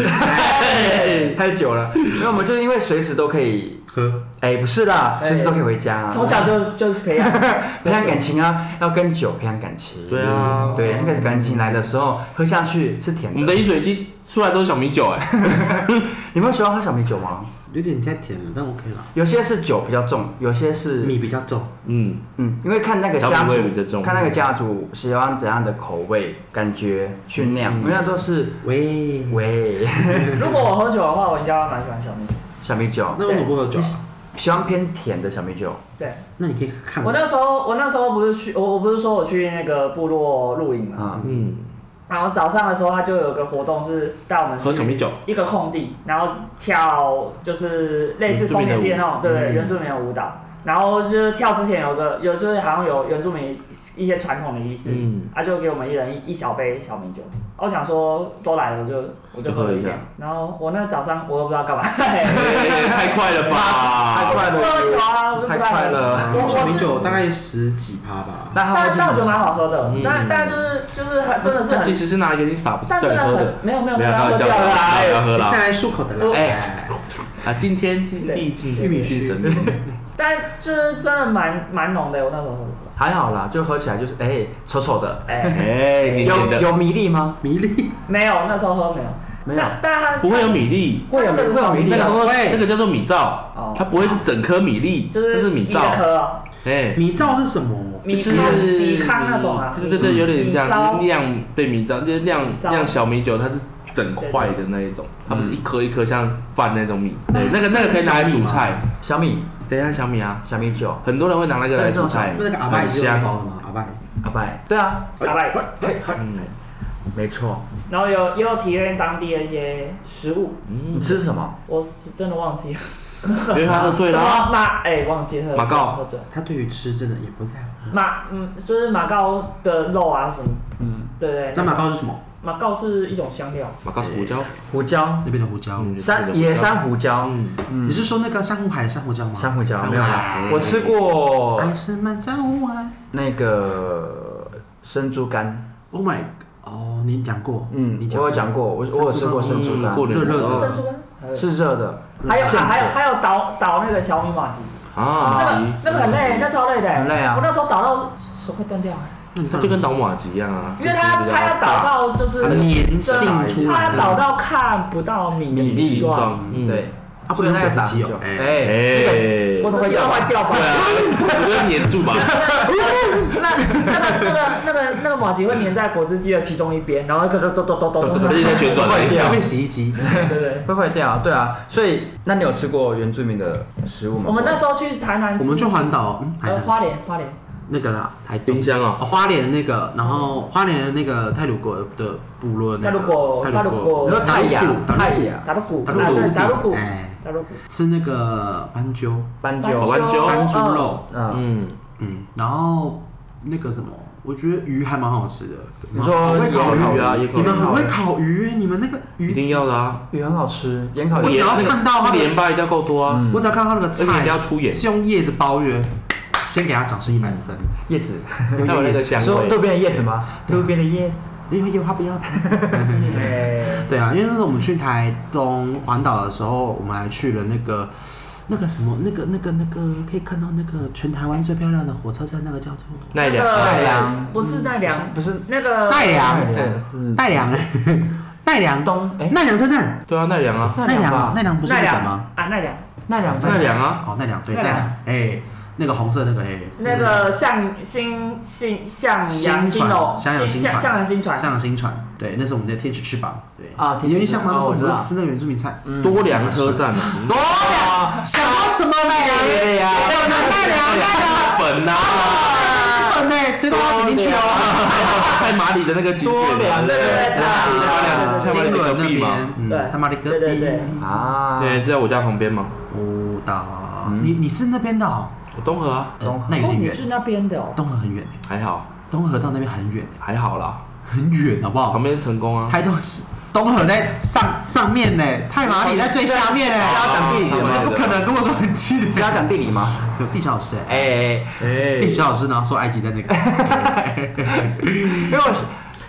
Speaker 4: 太久了，因为我们就是因为随时都可以，
Speaker 1: 喝
Speaker 4: 哎，不是啦，
Speaker 3: 哎
Speaker 4: 随时都可以回家啊，
Speaker 3: 从小就就是培养 <laughs>
Speaker 4: 培养感情啊，要跟酒培养感情，
Speaker 2: 对啊
Speaker 4: 对，那个感情来的时候喝下去是甜
Speaker 2: <laughs> 我们的
Speaker 4: 的。
Speaker 2: 饮水机出来都是小米酒哎、
Speaker 4: 你们喜欢喝小米酒吗？
Speaker 1: 有点太甜了，但 OK 啦。
Speaker 4: 有些是酒比较重，有些是
Speaker 1: 米比较重，
Speaker 2: 嗯，
Speaker 4: 嗯，因为看那个家
Speaker 2: 调
Speaker 4: 族
Speaker 2: 味比较重
Speaker 4: 看那个家族喜欢怎样的口味，感觉去酿，
Speaker 2: 嗯
Speaker 4: 因为那都是
Speaker 1: 喂，
Speaker 4: 喂 <laughs>
Speaker 3: 如果我喝酒的话，我应该会蛮喜欢小米。
Speaker 4: 小米酒，
Speaker 1: 那为什么不喝酒啊？
Speaker 4: 喜欢偏甜的小米酒。
Speaker 3: 对
Speaker 1: 那你可以看
Speaker 3: 我那时候，我那时候不是去，我我不是说我去那个部落露营嘛，
Speaker 4: 啊、
Speaker 2: 嗯，
Speaker 3: 然后早上的时候他就有个活动是带我们
Speaker 2: 喝小
Speaker 3: 去
Speaker 4: <laughs>
Speaker 2: 米酒，
Speaker 3: 一个空地，然后跳就是类似丰年街那种，对对，原住民的舞蹈。然后就是跳之前有个有就是好像有原住民一些传统的仪式，
Speaker 2: 嗯
Speaker 3: 他、就给我们一人一一小杯小米酒。我想说都来了我就我就
Speaker 2: 就喝
Speaker 3: 喝
Speaker 2: 一
Speaker 3: 一
Speaker 2: 下
Speaker 3: 点。然后我那早上我都不知道干嘛，
Speaker 2: 哎太快
Speaker 4: <laughs>
Speaker 2: 了
Speaker 4: 太
Speaker 2: 吧！
Speaker 4: 快
Speaker 3: 不喝酒
Speaker 4: 了，
Speaker 3: 啊，我就不
Speaker 4: 太快
Speaker 3: 知道干嘛。
Speaker 4: 了。
Speaker 3: 我
Speaker 1: 小米
Speaker 3: 我是
Speaker 1: 酒大概十几趴吧。
Speaker 4: 那它
Speaker 3: 但
Speaker 4: 会
Speaker 3: 但我觉得
Speaker 4: 进
Speaker 3: 蛮好喝的，但
Speaker 2: 嗯
Speaker 3: 但就是就是很真的是
Speaker 2: 他
Speaker 3: 很
Speaker 2: 其，实是拿来给你撒，不
Speaker 3: 但
Speaker 2: 叫
Speaker 3: 真
Speaker 2: 你
Speaker 3: 的
Speaker 2: 喝
Speaker 3: 很
Speaker 2: 的。
Speaker 3: 没有没有
Speaker 2: 不
Speaker 3: 没有
Speaker 2: 要
Speaker 3: 喝
Speaker 2: 开玩
Speaker 3: 掉
Speaker 2: 笑，
Speaker 3: 了啊，
Speaker 2: 不要
Speaker 3: 哎
Speaker 2: 喝
Speaker 1: 其实拿
Speaker 2: 啦！
Speaker 1: 来漱口的啦。
Speaker 4: 哎
Speaker 2: 啊，今天今地今
Speaker 1: 玉米须
Speaker 2: 神明，
Speaker 3: 但就是真的蛮蛮浓的，我那时候喝的时候。
Speaker 4: 还好啦，就喝起来就是哎、丑丑的，
Speaker 3: 哎，
Speaker 2: 哎，甜甜
Speaker 4: 有
Speaker 2: 的，
Speaker 4: 有米粒吗？
Speaker 1: 米粒，
Speaker 3: 没有，那时候喝没有，
Speaker 4: 没有
Speaker 3: 但但它
Speaker 2: 不会有米粒，
Speaker 4: 会有米会有米粒
Speaker 2: 那个
Speaker 4: 啊，
Speaker 2: 东西
Speaker 1: 会
Speaker 2: 那个叫做米
Speaker 3: 哦
Speaker 2: 皂，它不会是整颗米粒，
Speaker 3: 就
Speaker 2: 它
Speaker 3: 是
Speaker 2: 是米
Speaker 3: 一个
Speaker 2: 皂，
Speaker 3: 壳哦，
Speaker 2: 哎，
Speaker 1: 米皂是什么？
Speaker 3: 米
Speaker 2: 就是
Speaker 3: 糠米糠那种啊，
Speaker 2: 对对对，有点
Speaker 3: 米糟
Speaker 2: 像就是酿对米糟，就是酿
Speaker 3: 糟
Speaker 2: 酿小米酒，它是整块的那一种，它不是一颗一颗像饭那种米，对，那个那个可以拿来煮菜，
Speaker 4: 小米
Speaker 2: 等一下小米啊，
Speaker 4: 小米酒，
Speaker 2: 很多人会拿那个来煮菜，
Speaker 1: 那个阿拜
Speaker 2: 很
Speaker 1: 是用
Speaker 2: 香，啊
Speaker 1: 包的吗？阿拜，
Speaker 4: 阿拜，对啊，
Speaker 3: 阿拜
Speaker 2: 嗯
Speaker 4: 没错。
Speaker 3: 然后有也有体验当地的一些食物，
Speaker 4: 你
Speaker 2: 嗯，
Speaker 4: 吃什么？
Speaker 3: 我是真的忘记
Speaker 2: <laughs>
Speaker 3: 了，
Speaker 2: 因为他喝醉
Speaker 3: 什
Speaker 2: 了啊，
Speaker 3: 么马哎忘记喝
Speaker 2: 马告
Speaker 3: 喝酒
Speaker 1: 他对于吃真的也不在乎。
Speaker 3: 马嗯就是马告的肉啊什么，
Speaker 4: 嗯，
Speaker 3: 对对
Speaker 1: 那
Speaker 3: 对，
Speaker 1: 马告是什么？
Speaker 3: 马告是一种香料，
Speaker 2: 马告是胡椒，
Speaker 4: 胡椒，
Speaker 1: 那边的胡椒。
Speaker 2: 嗯
Speaker 4: 山野山胡椒，
Speaker 2: 嗯，
Speaker 4: 嗯
Speaker 1: 你，是说那个珊瑚海的珊瑚酱吗？
Speaker 4: 珊瑚椒
Speaker 2: 珊瑚
Speaker 4: 没有啦
Speaker 2: 海，
Speaker 4: 哎我吃过
Speaker 1: 还是满在无外。
Speaker 4: 那个生猪肝，
Speaker 1: Oh my，哦，你讲过，
Speaker 4: 嗯
Speaker 1: 你，
Speaker 4: 我
Speaker 1: 讲
Speaker 4: 有
Speaker 1: 过，
Speaker 4: 讲过，我我有吃过生猪
Speaker 2: 嗯，
Speaker 4: 肝，
Speaker 2: 过年
Speaker 1: 热热的
Speaker 3: 生猪肝，
Speaker 4: 是热的，
Speaker 3: 还有还
Speaker 4: 现
Speaker 3: 有
Speaker 4: 煮
Speaker 3: 还有还有倒倒那个小米马蹄，那
Speaker 2: 啊
Speaker 3: 个，那个很累，那超累的，
Speaker 4: 很累啊
Speaker 3: 我那时候倒到手快断掉了。
Speaker 1: 那你
Speaker 2: 它
Speaker 1: 看
Speaker 2: 就跟倒马吉一样啊，
Speaker 3: 因为他他要倒到就是
Speaker 1: 它的粘性出
Speaker 3: 他
Speaker 1: 来
Speaker 3: 要倒到看不到米的
Speaker 4: 米粒
Speaker 3: 形状。，
Speaker 2: 嗯
Speaker 4: 对，
Speaker 1: 啊，不能
Speaker 4: 所以那
Speaker 1: 用
Speaker 4: 个
Speaker 1: 自
Speaker 4: 打
Speaker 1: 己
Speaker 4: 很
Speaker 1: 有
Speaker 4: 久，
Speaker 1: 哎，
Speaker 4: 哎，
Speaker 2: 哎，
Speaker 3: 我自己要坏掉吧
Speaker 2: 对。啊，我觉得粘住吧，
Speaker 3: 那那个那个那个那个马吉会粘在果汁机的其中一边，然后那个咚咚咚咚咚
Speaker 2: 它
Speaker 3: 咚
Speaker 2: 就在旋转而已
Speaker 1: 要变洗衣机，
Speaker 3: 对对对。
Speaker 4: 会坏掉啊，对啊，所以那你有吃过原住民的食物吗？
Speaker 3: 我们那时候去台南吃，
Speaker 1: 我们去环岛，嗯，海
Speaker 3: 呃
Speaker 1: 南
Speaker 3: 花莲花莲，
Speaker 1: 那个啦，台东
Speaker 2: 冰箱哦，
Speaker 1: 哦，花莲那个，然后花莲的那个泰鲁国的部落那个，
Speaker 3: 泰鲁国
Speaker 1: 泰鲁
Speaker 4: 你
Speaker 1: 国，
Speaker 4: 说泰雅
Speaker 1: 达鲁古达鲁古
Speaker 4: 泰雅
Speaker 3: 打到鼓，
Speaker 1: 达
Speaker 3: 啊
Speaker 1: 鲁
Speaker 3: 对
Speaker 1: 古
Speaker 3: 打到鼓，
Speaker 1: 哎，
Speaker 3: 打到鼓，
Speaker 1: 吃那个斑鸠，
Speaker 4: 斑
Speaker 3: 哦
Speaker 4: 鸠，
Speaker 2: 好斑鸠
Speaker 1: 山猪肉，
Speaker 4: 嗯，
Speaker 2: 嗯，
Speaker 1: 嗯，然后那个什么，我觉得鱼还蛮好吃的。
Speaker 4: 你说
Speaker 1: 很会烤
Speaker 4: 烤
Speaker 1: 鱼
Speaker 4: 鱼啊
Speaker 1: 你们很会烤鱼欸，你们那个
Speaker 2: 一
Speaker 1: 鱼，
Speaker 2: 定要的啊，
Speaker 4: 鱼很好吃，盐烤
Speaker 1: 我只
Speaker 4: 鱼
Speaker 1: 要，看到他
Speaker 2: 它
Speaker 1: 们
Speaker 2: 盐巴一定要够多啊，
Speaker 4: 嗯
Speaker 1: 我只要看到那个
Speaker 2: 而且一定要
Speaker 1: 菜
Speaker 2: 出盐，
Speaker 1: 是用叶子包圆，先给他掌声一百分。
Speaker 4: <laughs> 叶子，
Speaker 1: 嗯
Speaker 2: 还有那个香
Speaker 4: 你说路
Speaker 2: 味，
Speaker 4: 边的叶子吗？路边的叶，
Speaker 1: 因为有话不要讲。
Speaker 3: 哎，
Speaker 1: 对啊，因为那时候我们去台东环岛的时候，我们还去了那个那个什么，那个那个那个可以看到那个全台湾最漂亮的火车站，那个叫做
Speaker 2: 奈
Speaker 3: 那
Speaker 2: 良，
Speaker 3: 个
Speaker 4: 奈良
Speaker 3: 不是奈良，
Speaker 4: 不是
Speaker 3: 那个
Speaker 1: 奈良
Speaker 4: 奈良
Speaker 2: 嗯是
Speaker 1: 奈良，奈良
Speaker 4: 东哎
Speaker 1: 奈良车站，
Speaker 2: 对啊，奈良啊，
Speaker 1: 奈良啊，奈良不是
Speaker 3: 奈
Speaker 1: 日
Speaker 3: 良
Speaker 1: 本吗？
Speaker 3: 啊奈良，
Speaker 4: 奈良在
Speaker 2: 奈良啊，
Speaker 1: 哦，奈良对
Speaker 3: 奈
Speaker 1: 奈
Speaker 3: 良
Speaker 1: 良，哎，那个红色那个哎，
Speaker 3: 那个向新新向阳
Speaker 1: 新
Speaker 3: 新
Speaker 1: 船
Speaker 4: 哦
Speaker 3: 楼，，
Speaker 1: 襄阳新
Speaker 3: 向向
Speaker 1: 船，
Speaker 3: 阳新船，
Speaker 1: 襄阳新船，对，那是我们的天使翅膀，对
Speaker 4: 啊
Speaker 1: 有印象吗？那时
Speaker 4: 天使
Speaker 1: 候我们
Speaker 4: 翅膀哦我知道
Speaker 1: 都吃那个原住民菜，
Speaker 2: 多良车站啊，多
Speaker 4: 啊，
Speaker 1: 想到什么嘞？
Speaker 4: 呀
Speaker 1: 奈良，哦奈良，奈良，
Speaker 2: 本啊，
Speaker 1: <laughs> 日本呢，最多要挤进去哦。
Speaker 2: 太马里的那个景点，
Speaker 1: 金轮
Speaker 4: 哦
Speaker 2: 太马里的隔
Speaker 1: 那
Speaker 2: 壁
Speaker 1: 边
Speaker 2: 嘛，，
Speaker 3: 对
Speaker 1: 嗯，他妈的隔
Speaker 3: 对对
Speaker 1: 壁，
Speaker 3: 对
Speaker 4: 啊，
Speaker 2: 对，哎就在我家旁边嘛，
Speaker 1: 舞蹈，你你是那边的哦，
Speaker 2: 我东河啊，
Speaker 1: 呃
Speaker 4: 东河
Speaker 1: 那有
Speaker 3: 哦，
Speaker 1: 点
Speaker 3: 你
Speaker 1: 远，
Speaker 3: 是那边的哦，
Speaker 1: 东河很远，
Speaker 2: 还好，
Speaker 1: 东河到那边很远， <laughs>
Speaker 2: 还好啦，
Speaker 1: 很远，好不好
Speaker 2: 旁？边是成功啊，
Speaker 1: 台东是东河在上上面呢，太麻里在最下面
Speaker 4: 他
Speaker 1: 呢，
Speaker 4: 讲地理的
Speaker 1: 这
Speaker 4: 吗
Speaker 1: 不可能跟我说很近
Speaker 4: 是要
Speaker 1: 的。
Speaker 4: 讲地理吗？
Speaker 1: 有地小老师哎，
Speaker 4: 哎，
Speaker 2: 哎
Speaker 1: <laughs> 地小老师然后说埃及在那个，
Speaker 4: 因为我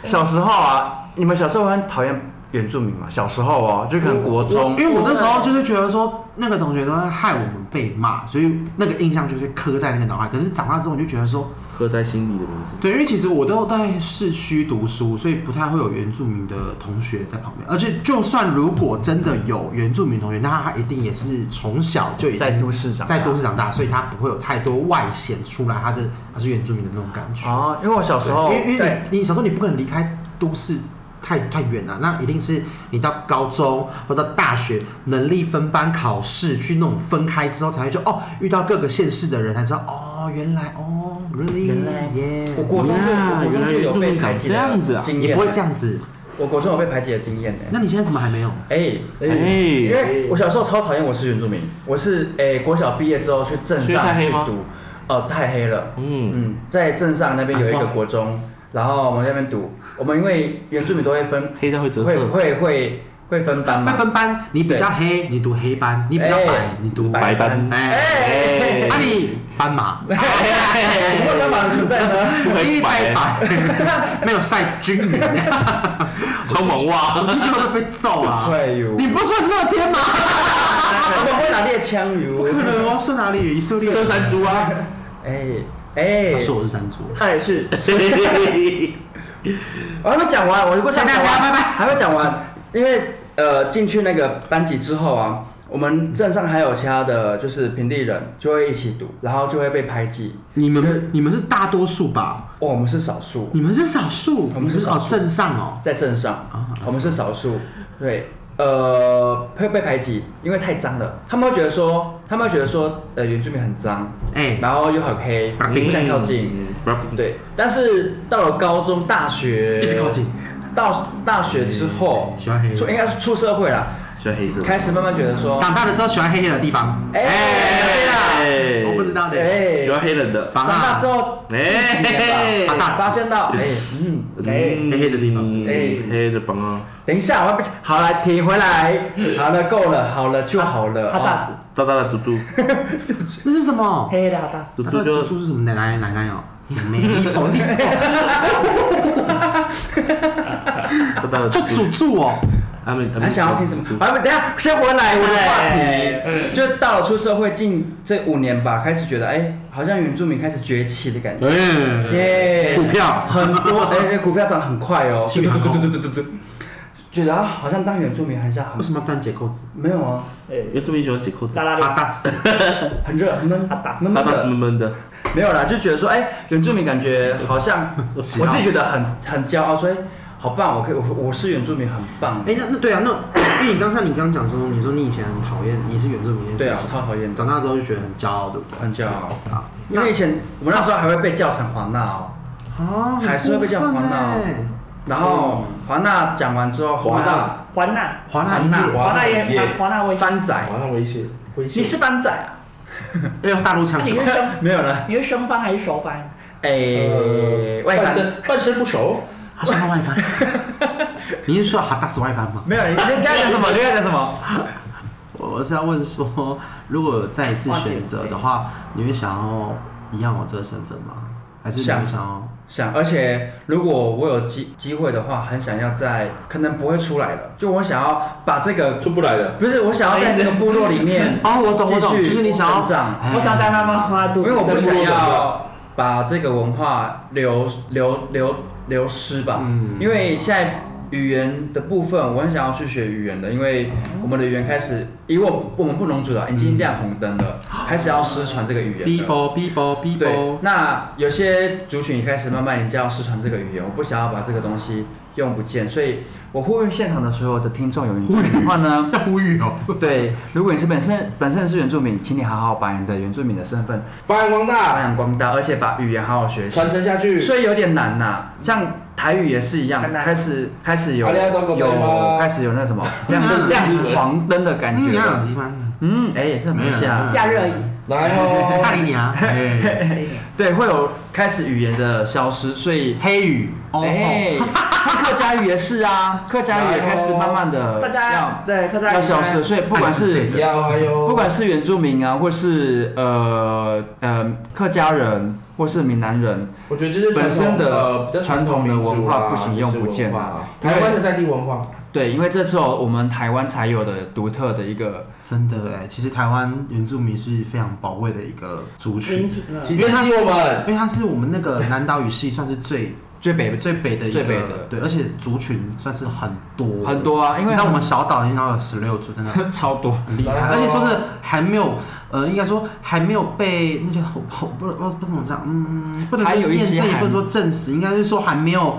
Speaker 4: 小时候啊，你们小时候很讨厌原住民嘛？小时候哦，就可能国
Speaker 1: 我
Speaker 4: 中
Speaker 1: 因为我那时候就是觉得说那个同学都在害我们被骂，所以那个印象就是刻在那个脑海。可是长大之后，你就觉得说，
Speaker 5: 刻在心里的名字。
Speaker 1: 对，因为其实我都在市区读书，所以不太会有原住民的同学在旁边。而且，就算如果真的有原住民同学，那他一定也是从小就已
Speaker 4: 在
Speaker 1: 经
Speaker 4: 都市长啊大，
Speaker 1: 在都市长大，所以他不会有太多外显出来他的他是原住民的那种感觉。
Speaker 4: 哦，因为我小时候
Speaker 1: 因为因为
Speaker 3: 对
Speaker 1: 你你小时候你不可能离开都市太太远了、啊那一定是你到高中或者到大学能力分班考试去那种分开之后，才会就哦遇到各个县市的人才知道哦原来哦 really
Speaker 4: 原来
Speaker 1: yeah
Speaker 4: 我国中就
Speaker 5: 呀
Speaker 4: 我国中
Speaker 5: 嗯原来
Speaker 4: 就有
Speaker 5: 原住
Speaker 4: 被
Speaker 5: 民
Speaker 4: 排挤的
Speaker 5: 长这样子啊
Speaker 4: 经
Speaker 1: 你
Speaker 4: 验，
Speaker 1: 不会这样子，
Speaker 4: 我国中有被排挤的经验呢。
Speaker 1: 那你现在怎么还没有？
Speaker 4: 哎，因
Speaker 5: 哎，
Speaker 4: 为我小时候超讨厌我是原住民，我是哎国小毕业之后去镇
Speaker 5: 所以
Speaker 4: 上
Speaker 5: 太黑
Speaker 4: 去
Speaker 5: 吗
Speaker 4: 读，哦太黑了，
Speaker 5: 嗯，
Speaker 4: 嗯，在镇上那边有一
Speaker 1: 反
Speaker 4: 个
Speaker 1: 光
Speaker 4: 国中，然后我们在那边读，我们因为原住民都会分
Speaker 5: 黑到会折
Speaker 4: 会
Speaker 5: 色，
Speaker 4: 会会会分班
Speaker 1: 那
Speaker 4: 嘛，
Speaker 1: 分班你比较黑，你读黑班；你比较白
Speaker 4: 哎，
Speaker 1: 你读
Speaker 5: 白班
Speaker 1: 哎，
Speaker 5: 哎
Speaker 1: 那你斑
Speaker 4: <laughs>
Speaker 1: 马，
Speaker 4: 怎哎么会干嘛存在呢？
Speaker 5: 不
Speaker 1: 黑
Speaker 5: 黑
Speaker 1: 白
Speaker 5: 白
Speaker 1: 白， <laughs> 没有晒均匀，
Speaker 5: 穿萌袜
Speaker 1: 我，这句话都被揍啊！
Speaker 4: 会有，
Speaker 1: 你不是很乐天吗？
Speaker 4: 我们会拿猎枪
Speaker 1: 不可
Speaker 4: 哟，
Speaker 1: 能哦，是哪里？以色列？
Speaker 5: 射山猪啊，
Speaker 4: <laughs> 哎哎
Speaker 1: 他，说我是山猪。
Speaker 3: 他也是
Speaker 4: 我还没讲完，我如果想讲
Speaker 1: 谢谢大
Speaker 4: 完
Speaker 1: 家拜拜
Speaker 4: 还没讲完，因为呃进去那个班级之后啊，我们镇上还有其他的就是平地人就会一起读，然后就会被排挤。
Speaker 1: 你
Speaker 4: 就是
Speaker 1: 们你嗯们是大多数吧？
Speaker 4: 哦，我们是少数，
Speaker 1: 你们是少数，
Speaker 4: 我们是
Speaker 1: 你
Speaker 4: 少数
Speaker 1: 哦镇上哦。
Speaker 4: 在镇上，
Speaker 1: 啊
Speaker 4: 我们是少数，对，呃，会被排挤，因为太脏了。他们会觉得说，他们会觉得说，呃，原住民很脏，
Speaker 1: 哎，嗯
Speaker 4: 然后又很黑，不想靠近。
Speaker 5: 嗯
Speaker 4: 对，但是到了高中、大学，
Speaker 1: 一直靠近。
Speaker 4: 到大学之后，
Speaker 1: 喜欢黑人
Speaker 4: 出应该是出社会了，
Speaker 5: 喜欢黑色。
Speaker 4: 开始慢慢觉得说，
Speaker 1: 长大了之后喜欢黑黑的地方。
Speaker 4: 哎
Speaker 5: 哎
Speaker 1: 我不知道的。
Speaker 5: 喜欢
Speaker 4: 哎，
Speaker 5: 黑人的，
Speaker 1: 长
Speaker 4: 长大之
Speaker 1: 后
Speaker 4: 后，
Speaker 5: 哎
Speaker 4: 近几年吧
Speaker 1: 哎
Speaker 4: 发现
Speaker 1: <laughs>
Speaker 4: 到，哎，嗯，
Speaker 5: 嗯
Speaker 1: 黑黑的地方
Speaker 4: 哎
Speaker 5: 黑的帮啊，
Speaker 4: 等一下，我要被好了，停回来，好了，够了，好了就好了。
Speaker 3: 哈大
Speaker 4: 哦
Speaker 3: 斯，
Speaker 5: 大大的猪猪，
Speaker 1: 那是什么？
Speaker 3: 黑黑的哈大斯，
Speaker 5: 猪
Speaker 1: 他
Speaker 5: 猪
Speaker 1: 的
Speaker 5: 就
Speaker 1: 猪猪是什么？奶奶奶奶哦。没有，你
Speaker 4: <laughs>
Speaker 5: 大大的
Speaker 1: 就
Speaker 5: 猪猪，
Speaker 1: 祖住哦。
Speaker 5: 他们
Speaker 4: 还想要听什么？啊，不，等一下先回来我的话题。就到了出社会近这五年吧，开始觉得哎、好像原住民开始崛起的感觉。
Speaker 1: 哎，
Speaker 4: 耶、
Speaker 1: 股票
Speaker 4: 很多，哎、哎股票涨很快哦。
Speaker 1: 幸运航
Speaker 4: 对
Speaker 1: 空
Speaker 4: 对对对对对。觉得啊，好像当原住民好像
Speaker 1: 为
Speaker 4: 很
Speaker 1: 什么要断解扣子？
Speaker 4: 没有啊，
Speaker 3: 哎，
Speaker 5: 原住民喜欢解扣子
Speaker 3: 拉，拉
Speaker 1: 他
Speaker 3: 链，
Speaker 1: 大死。
Speaker 4: 很热很闷
Speaker 3: 啊打死
Speaker 4: 闷
Speaker 5: 大
Speaker 4: 闷
Speaker 5: 大是闷
Speaker 4: 的，
Speaker 5: 闷的，
Speaker 4: 没有啦，就觉得说哎、原住民感觉好像我自己觉得很很骄傲，所以好棒，我可以我我是原住民，很棒。
Speaker 1: 哎，那那对啊，那因为你刚才你刚讲说，你说你以前很讨厌你是原住民这
Speaker 4: 对
Speaker 1: 件
Speaker 4: 啊嗯
Speaker 1: 事，情，
Speaker 4: 超讨厌，
Speaker 1: 长大之后就觉得很骄傲，对不对？
Speaker 4: 很骄傲。
Speaker 1: 啊，
Speaker 4: 因为以前我们那时候还会被叫成黄娜哦，
Speaker 1: 啊，
Speaker 4: 还是会被叫黄
Speaker 1: 娜
Speaker 4: 哦娜。然后黄娜讲完之后，
Speaker 2: 黄娜
Speaker 3: 环娜，
Speaker 1: 华纳音
Speaker 4: 黄娜
Speaker 1: 乐，
Speaker 3: 环娜也
Speaker 2: 耶
Speaker 3: 环娜威，
Speaker 4: 番仔，
Speaker 2: 马上威胁，威胁。
Speaker 3: 你是班仔啊？
Speaker 1: 要用大陆
Speaker 3: 那
Speaker 1: 腔
Speaker 3: 你
Speaker 1: 是吗
Speaker 3: 是？生，
Speaker 4: <laughs> 没有了，
Speaker 3: 你是生番还是熟番？
Speaker 4: 哎，外
Speaker 2: 半
Speaker 4: 翻
Speaker 2: 身半身不熟，
Speaker 1: 他想到外翻，
Speaker 4: <laughs>
Speaker 1: 你是说哈达斯外翻吗？
Speaker 4: 没有，你你在讲什 <laughs> 么？你在讲什么？
Speaker 1: 我是要问说，如果有再一次选择的话，你会想要一样我这个身份吗？还是你会
Speaker 4: 想
Speaker 1: 想要？，
Speaker 4: 想，而且如果我有机机会的话，很想要在，可能不会出来了，就我想要把这个，
Speaker 2: 出不来的。
Speaker 4: 不是我想要在这个部落里面
Speaker 1: 哦，我懂，我懂，
Speaker 4: 继
Speaker 1: 就
Speaker 4: 续
Speaker 1: 是你想要
Speaker 4: 成长，
Speaker 1: 哎
Speaker 3: 我想在妈妈妈肚
Speaker 4: 因
Speaker 3: 子
Speaker 4: 为我不
Speaker 3: 里
Speaker 4: 想
Speaker 3: 面
Speaker 4: 要把这个文化流流流流失吧。
Speaker 1: 嗯
Speaker 4: 因为现在语言的部分，我很想要去学语言的，因为我们的语言开始，以我我们布农族的已经亮红灯了，开始要失传这个语言
Speaker 1: 逼
Speaker 4: 了。
Speaker 1: 包逼包逼包，
Speaker 4: 对，那有些族群也开始慢慢人家要失传这个语言，我不想要把这个东西用不见，所以我呼吁现场的所有的听众有人的话 <laughs> 呢，
Speaker 1: 要呼吁哦。
Speaker 4: 对，如果你是本身本身是原住民，请你好好把你的原住民的身份
Speaker 2: 发扬光
Speaker 4: 发
Speaker 2: 大，
Speaker 4: 扬光大，而且把语言好好学习。
Speaker 2: 传承下去。
Speaker 4: 所以有点难呐、像台语也是一样
Speaker 3: 嗯很，难
Speaker 4: 开始开始有
Speaker 2: ありがとうございます
Speaker 4: 有开始有那什
Speaker 3: <laughs>
Speaker 4: 么
Speaker 1: 嗯
Speaker 4: 亮
Speaker 1: 嗯
Speaker 4: 亮黄灯的感
Speaker 1: 嗯你
Speaker 4: 觉
Speaker 1: 要两
Speaker 4: 了。
Speaker 1: 集吗？
Speaker 4: 嗯，哎，这没下
Speaker 1: 嗯
Speaker 3: 假日而已。
Speaker 2: 来
Speaker 1: 大
Speaker 2: 哦，
Speaker 1: 理
Speaker 4: <laughs>
Speaker 1: 娘，哎
Speaker 4: 对，会有开始语言的消失，所以
Speaker 1: 黑雨哦
Speaker 4: 哎，
Speaker 1: 吼，
Speaker 4: 客家语也是啊，客家语也开始慢慢的
Speaker 3: 客家
Speaker 4: 要
Speaker 3: 对客家
Speaker 4: 要消失，所以不管哎是
Speaker 2: 要还有，
Speaker 4: 不管是原住民啊，或是呃呃客家人，或是闽南人，
Speaker 2: 我觉得这是传
Speaker 4: 本身
Speaker 2: 统
Speaker 4: 的
Speaker 2: 呃比较传
Speaker 4: 传
Speaker 2: 统
Speaker 4: 统的
Speaker 2: 民族啊
Speaker 4: 文化不行用不见啊
Speaker 2: 就是文化台湾的在地文化，
Speaker 4: 对，因为这是我们台湾才有的独特的一个，
Speaker 1: 真的哎、其实台湾原住民是非常宝贵的一个
Speaker 3: 嗯
Speaker 1: 族群，
Speaker 2: 因为他是我们
Speaker 1: 因为它是我们那个南岛语系算是最
Speaker 4: 最北
Speaker 1: 最北的一个，
Speaker 4: 最北的
Speaker 1: 对，而且族群算是很多
Speaker 4: 很。哦多啊，因
Speaker 1: 你
Speaker 4: 为
Speaker 1: 哦知道我们小岛已经到了十六族，真的
Speaker 4: <laughs> 超多，
Speaker 1: 很厉害，
Speaker 2: 然后
Speaker 1: 而且说真的还没有，呃，应该说还没有被那叫我我不不不能这样，嗯，不能
Speaker 4: 还
Speaker 1: 说
Speaker 4: 有一些
Speaker 1: 验证，也
Speaker 4: 还
Speaker 1: 不能说证实，应该是说还没有，啊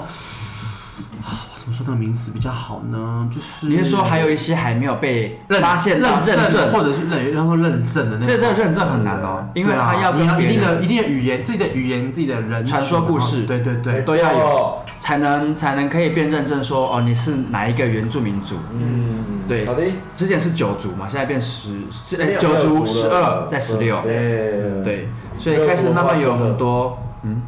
Speaker 1: 我怎么说那个名词比较好呢？就是
Speaker 4: 你是说还有一些还没有被
Speaker 1: 认
Speaker 4: 发现到
Speaker 1: 认
Speaker 4: 认证
Speaker 1: 证，或者是认，然后认证的那种，
Speaker 4: 这这认证很难哦
Speaker 1: 对
Speaker 4: 因为
Speaker 1: 对啊
Speaker 4: 它要跟
Speaker 1: 你要一定
Speaker 4: 别
Speaker 1: 的
Speaker 4: 人
Speaker 1: 一定的语言，自己的语言，自己的人
Speaker 4: 传说
Speaker 1: 群
Speaker 4: 故
Speaker 1: 然后
Speaker 4: 事
Speaker 1: 对对对，
Speaker 4: 都要有，
Speaker 2: 有，
Speaker 4: 才能才能可以辨认证说哦你是哪一个原住民族。
Speaker 2: 嗯，
Speaker 4: 对
Speaker 2: 好的，
Speaker 4: 之前是九族嘛，现在变十是
Speaker 2: 没
Speaker 4: 哎
Speaker 2: 有
Speaker 4: 九
Speaker 2: 没有
Speaker 4: 族
Speaker 2: 了
Speaker 4: 十二，再十六，
Speaker 2: 对，
Speaker 4: 对，所以开始慢慢有很多嗯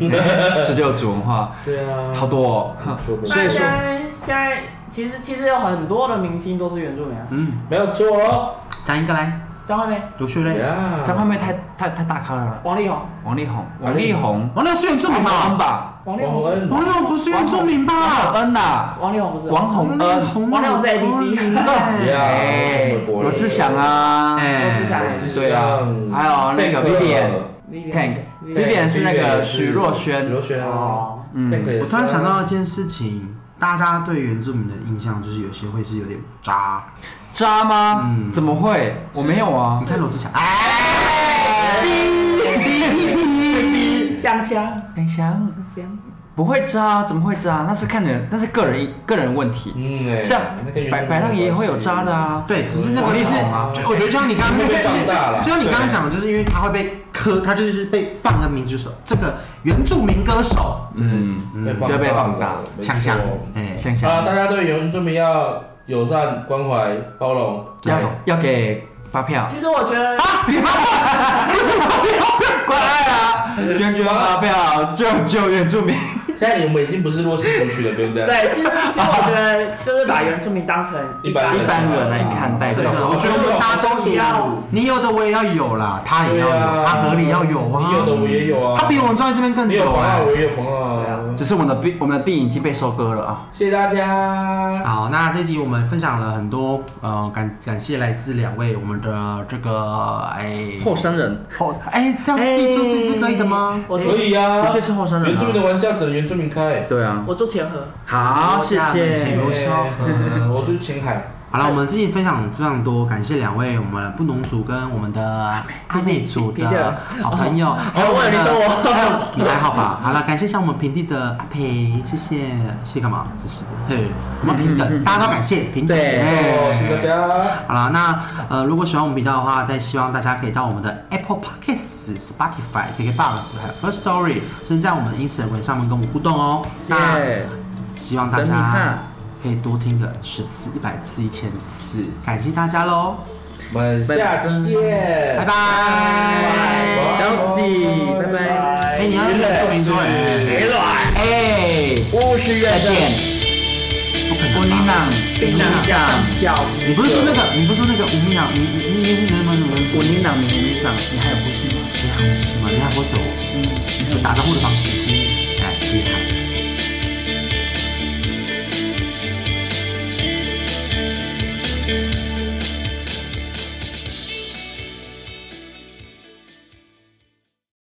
Speaker 4: <laughs> 十六族文化，
Speaker 2: 对啊，
Speaker 4: 好多哦。
Speaker 2: 说不定
Speaker 4: 所以
Speaker 3: 那现
Speaker 4: 说
Speaker 3: 在现在其实其实有很多的明星都是原住民啊，
Speaker 1: 嗯，
Speaker 2: 没有错哦，
Speaker 1: 讲一个来，
Speaker 3: 张惠妹、
Speaker 1: 卢秀
Speaker 2: 对
Speaker 1: 蕾，
Speaker 2: 啊，
Speaker 4: 张惠妹太太太大咖了，
Speaker 3: 王力宏、
Speaker 4: 王力宏，
Speaker 2: 王
Speaker 4: 王
Speaker 2: 力
Speaker 4: 力宏，
Speaker 1: 王力宏是原住民吧？
Speaker 4: 王吧，
Speaker 3: 王力
Speaker 2: 王
Speaker 3: 宏
Speaker 2: 宏
Speaker 3: 是、
Speaker 2: 恩，
Speaker 1: 王力宏不是原住民
Speaker 4: 王
Speaker 1: 吧？
Speaker 4: 恩呐，
Speaker 3: 王力宏不是
Speaker 4: 王宏
Speaker 1: 力
Speaker 4: 恩，
Speaker 1: 宏
Speaker 3: 王力宏是 ABC
Speaker 1: <laughs>
Speaker 2: 呀
Speaker 4: 哎，罗志祥啊，
Speaker 1: 哎
Speaker 3: 罗志祥
Speaker 4: 对啊还有那个 Vivian Tank Vivian 是那个许若
Speaker 2: 许
Speaker 4: 瑄
Speaker 2: 若，瑄啊，
Speaker 3: 哦，
Speaker 4: 嗯
Speaker 2: Tank 也是啊
Speaker 1: 我突然想到一件事情，大家对原住民的印象就是有些会是有点渣。
Speaker 4: 渣吗
Speaker 1: 嗯？
Speaker 4: 怎么会？我没有啊
Speaker 1: 你，看罗志祥，哎，哔哔哔哔
Speaker 3: 香香
Speaker 4: 香香
Speaker 3: 香，
Speaker 4: 不会渣，怎么会渣？那是看人，那是个人个人问题。
Speaker 2: 嗯，哎
Speaker 4: 像
Speaker 2: 那跟原住民
Speaker 4: 百百浪也会有渣的啊，
Speaker 1: 对，只是那个就是
Speaker 4: 王力宏啊，
Speaker 1: 就我觉得就像你刚刚
Speaker 2: 会被长大了
Speaker 1: 就像你刚刚讲的，就是因为他会被磕，他就是被放个名字，就是这个原住民歌手，
Speaker 4: 嗯
Speaker 2: 关系
Speaker 1: 嗯，
Speaker 4: 就会被放大
Speaker 2: 没错
Speaker 1: 香香，哎，
Speaker 4: 香
Speaker 2: 啊，
Speaker 4: 香
Speaker 2: 大家对原住民要友善、关怀、包容。
Speaker 1: 对
Speaker 4: 要要给发票，
Speaker 3: 其实我觉得
Speaker 4: 乖啊，娟娟发票救救原住民，
Speaker 2: 现在我们已经不是弱势族群了，对不对？
Speaker 3: 对，其实其实我觉得就是把原住民当成
Speaker 2: 一般
Speaker 4: 一般人来看待就
Speaker 1: 对啊，
Speaker 4: 好。
Speaker 1: 我觉得我们大家都
Speaker 3: 一样，
Speaker 1: 你有的我也要有啦，他也要
Speaker 2: 对啊
Speaker 1: 有，他合理要有啊。
Speaker 2: 你有的我也有啊。
Speaker 1: 他比我们坐在这边更
Speaker 2: 你有
Speaker 1: 久
Speaker 2: 朋啊
Speaker 1: 哎
Speaker 2: 友，我。也有朋
Speaker 3: 对啊
Speaker 2: 友。
Speaker 4: 只是我们的地我们的地已经被收割了啊。
Speaker 2: 谢谢大家。
Speaker 1: 好，那这集我们分享了很多，呃，感感谢来自两位我们的这个，哎，
Speaker 4: 生人，
Speaker 1: 后，哎，这样记住字是可以的吗？
Speaker 3: 我
Speaker 2: 可
Speaker 3: 做
Speaker 2: 以啊
Speaker 4: 的，确是后生人
Speaker 2: 原住民的
Speaker 4: 啊。
Speaker 2: 玩笑只能原住民开。
Speaker 4: 对啊，
Speaker 3: 我做前河，
Speaker 4: 好，谢
Speaker 1: 哎
Speaker 4: 谢
Speaker 1: 呦。笑呵
Speaker 2: <laughs> 我就是青海。
Speaker 1: 好了，我们自己分享非常多，感谢两位我们的布农族跟我们的阿美族的好朋友，还有我们的，
Speaker 3: 你说我
Speaker 1: 还有 <laughs> 你还好吧？好了，感谢一下我们平地的阿培，谢谢，谢谢干嘛？支持的，嘿，我们平等，大家都感谢平等，
Speaker 4: 对
Speaker 1: 嘿
Speaker 2: 哦，谢谢大家。
Speaker 1: 好了，那呃，如果喜欢我们频道的话，再希望大家可以到我们的 Apple Podcasts、Spotify、KKBox 还有 First Story，甚至在我们的 Instagram 上面跟我们互动哦。那希望大
Speaker 4: 等你
Speaker 1: 家
Speaker 4: 看
Speaker 1: 可以多听个十次、一百次、一千次，感谢大家喽，
Speaker 2: 我们下期见，
Speaker 1: 拜拜。
Speaker 4: 到底拜拜
Speaker 1: 哎、你要说明说，哎、
Speaker 4: 哎，
Speaker 3: 我是
Speaker 4: 再
Speaker 3: 认真，
Speaker 4: 见。
Speaker 1: 不可
Speaker 4: 我
Speaker 1: 能
Speaker 4: 呢
Speaker 1: 吧？
Speaker 4: 喃，
Speaker 3: 槟榔香小
Speaker 1: 你不是说那个，你不是说那个无名鸟，你你你你能不能能
Speaker 4: 我呢喃，你呢喃，你还有呼吸吗？
Speaker 1: 你好喜欢，你还会走，
Speaker 4: 嗯，你还有
Speaker 1: 就打招呼的方式，哎、厉害。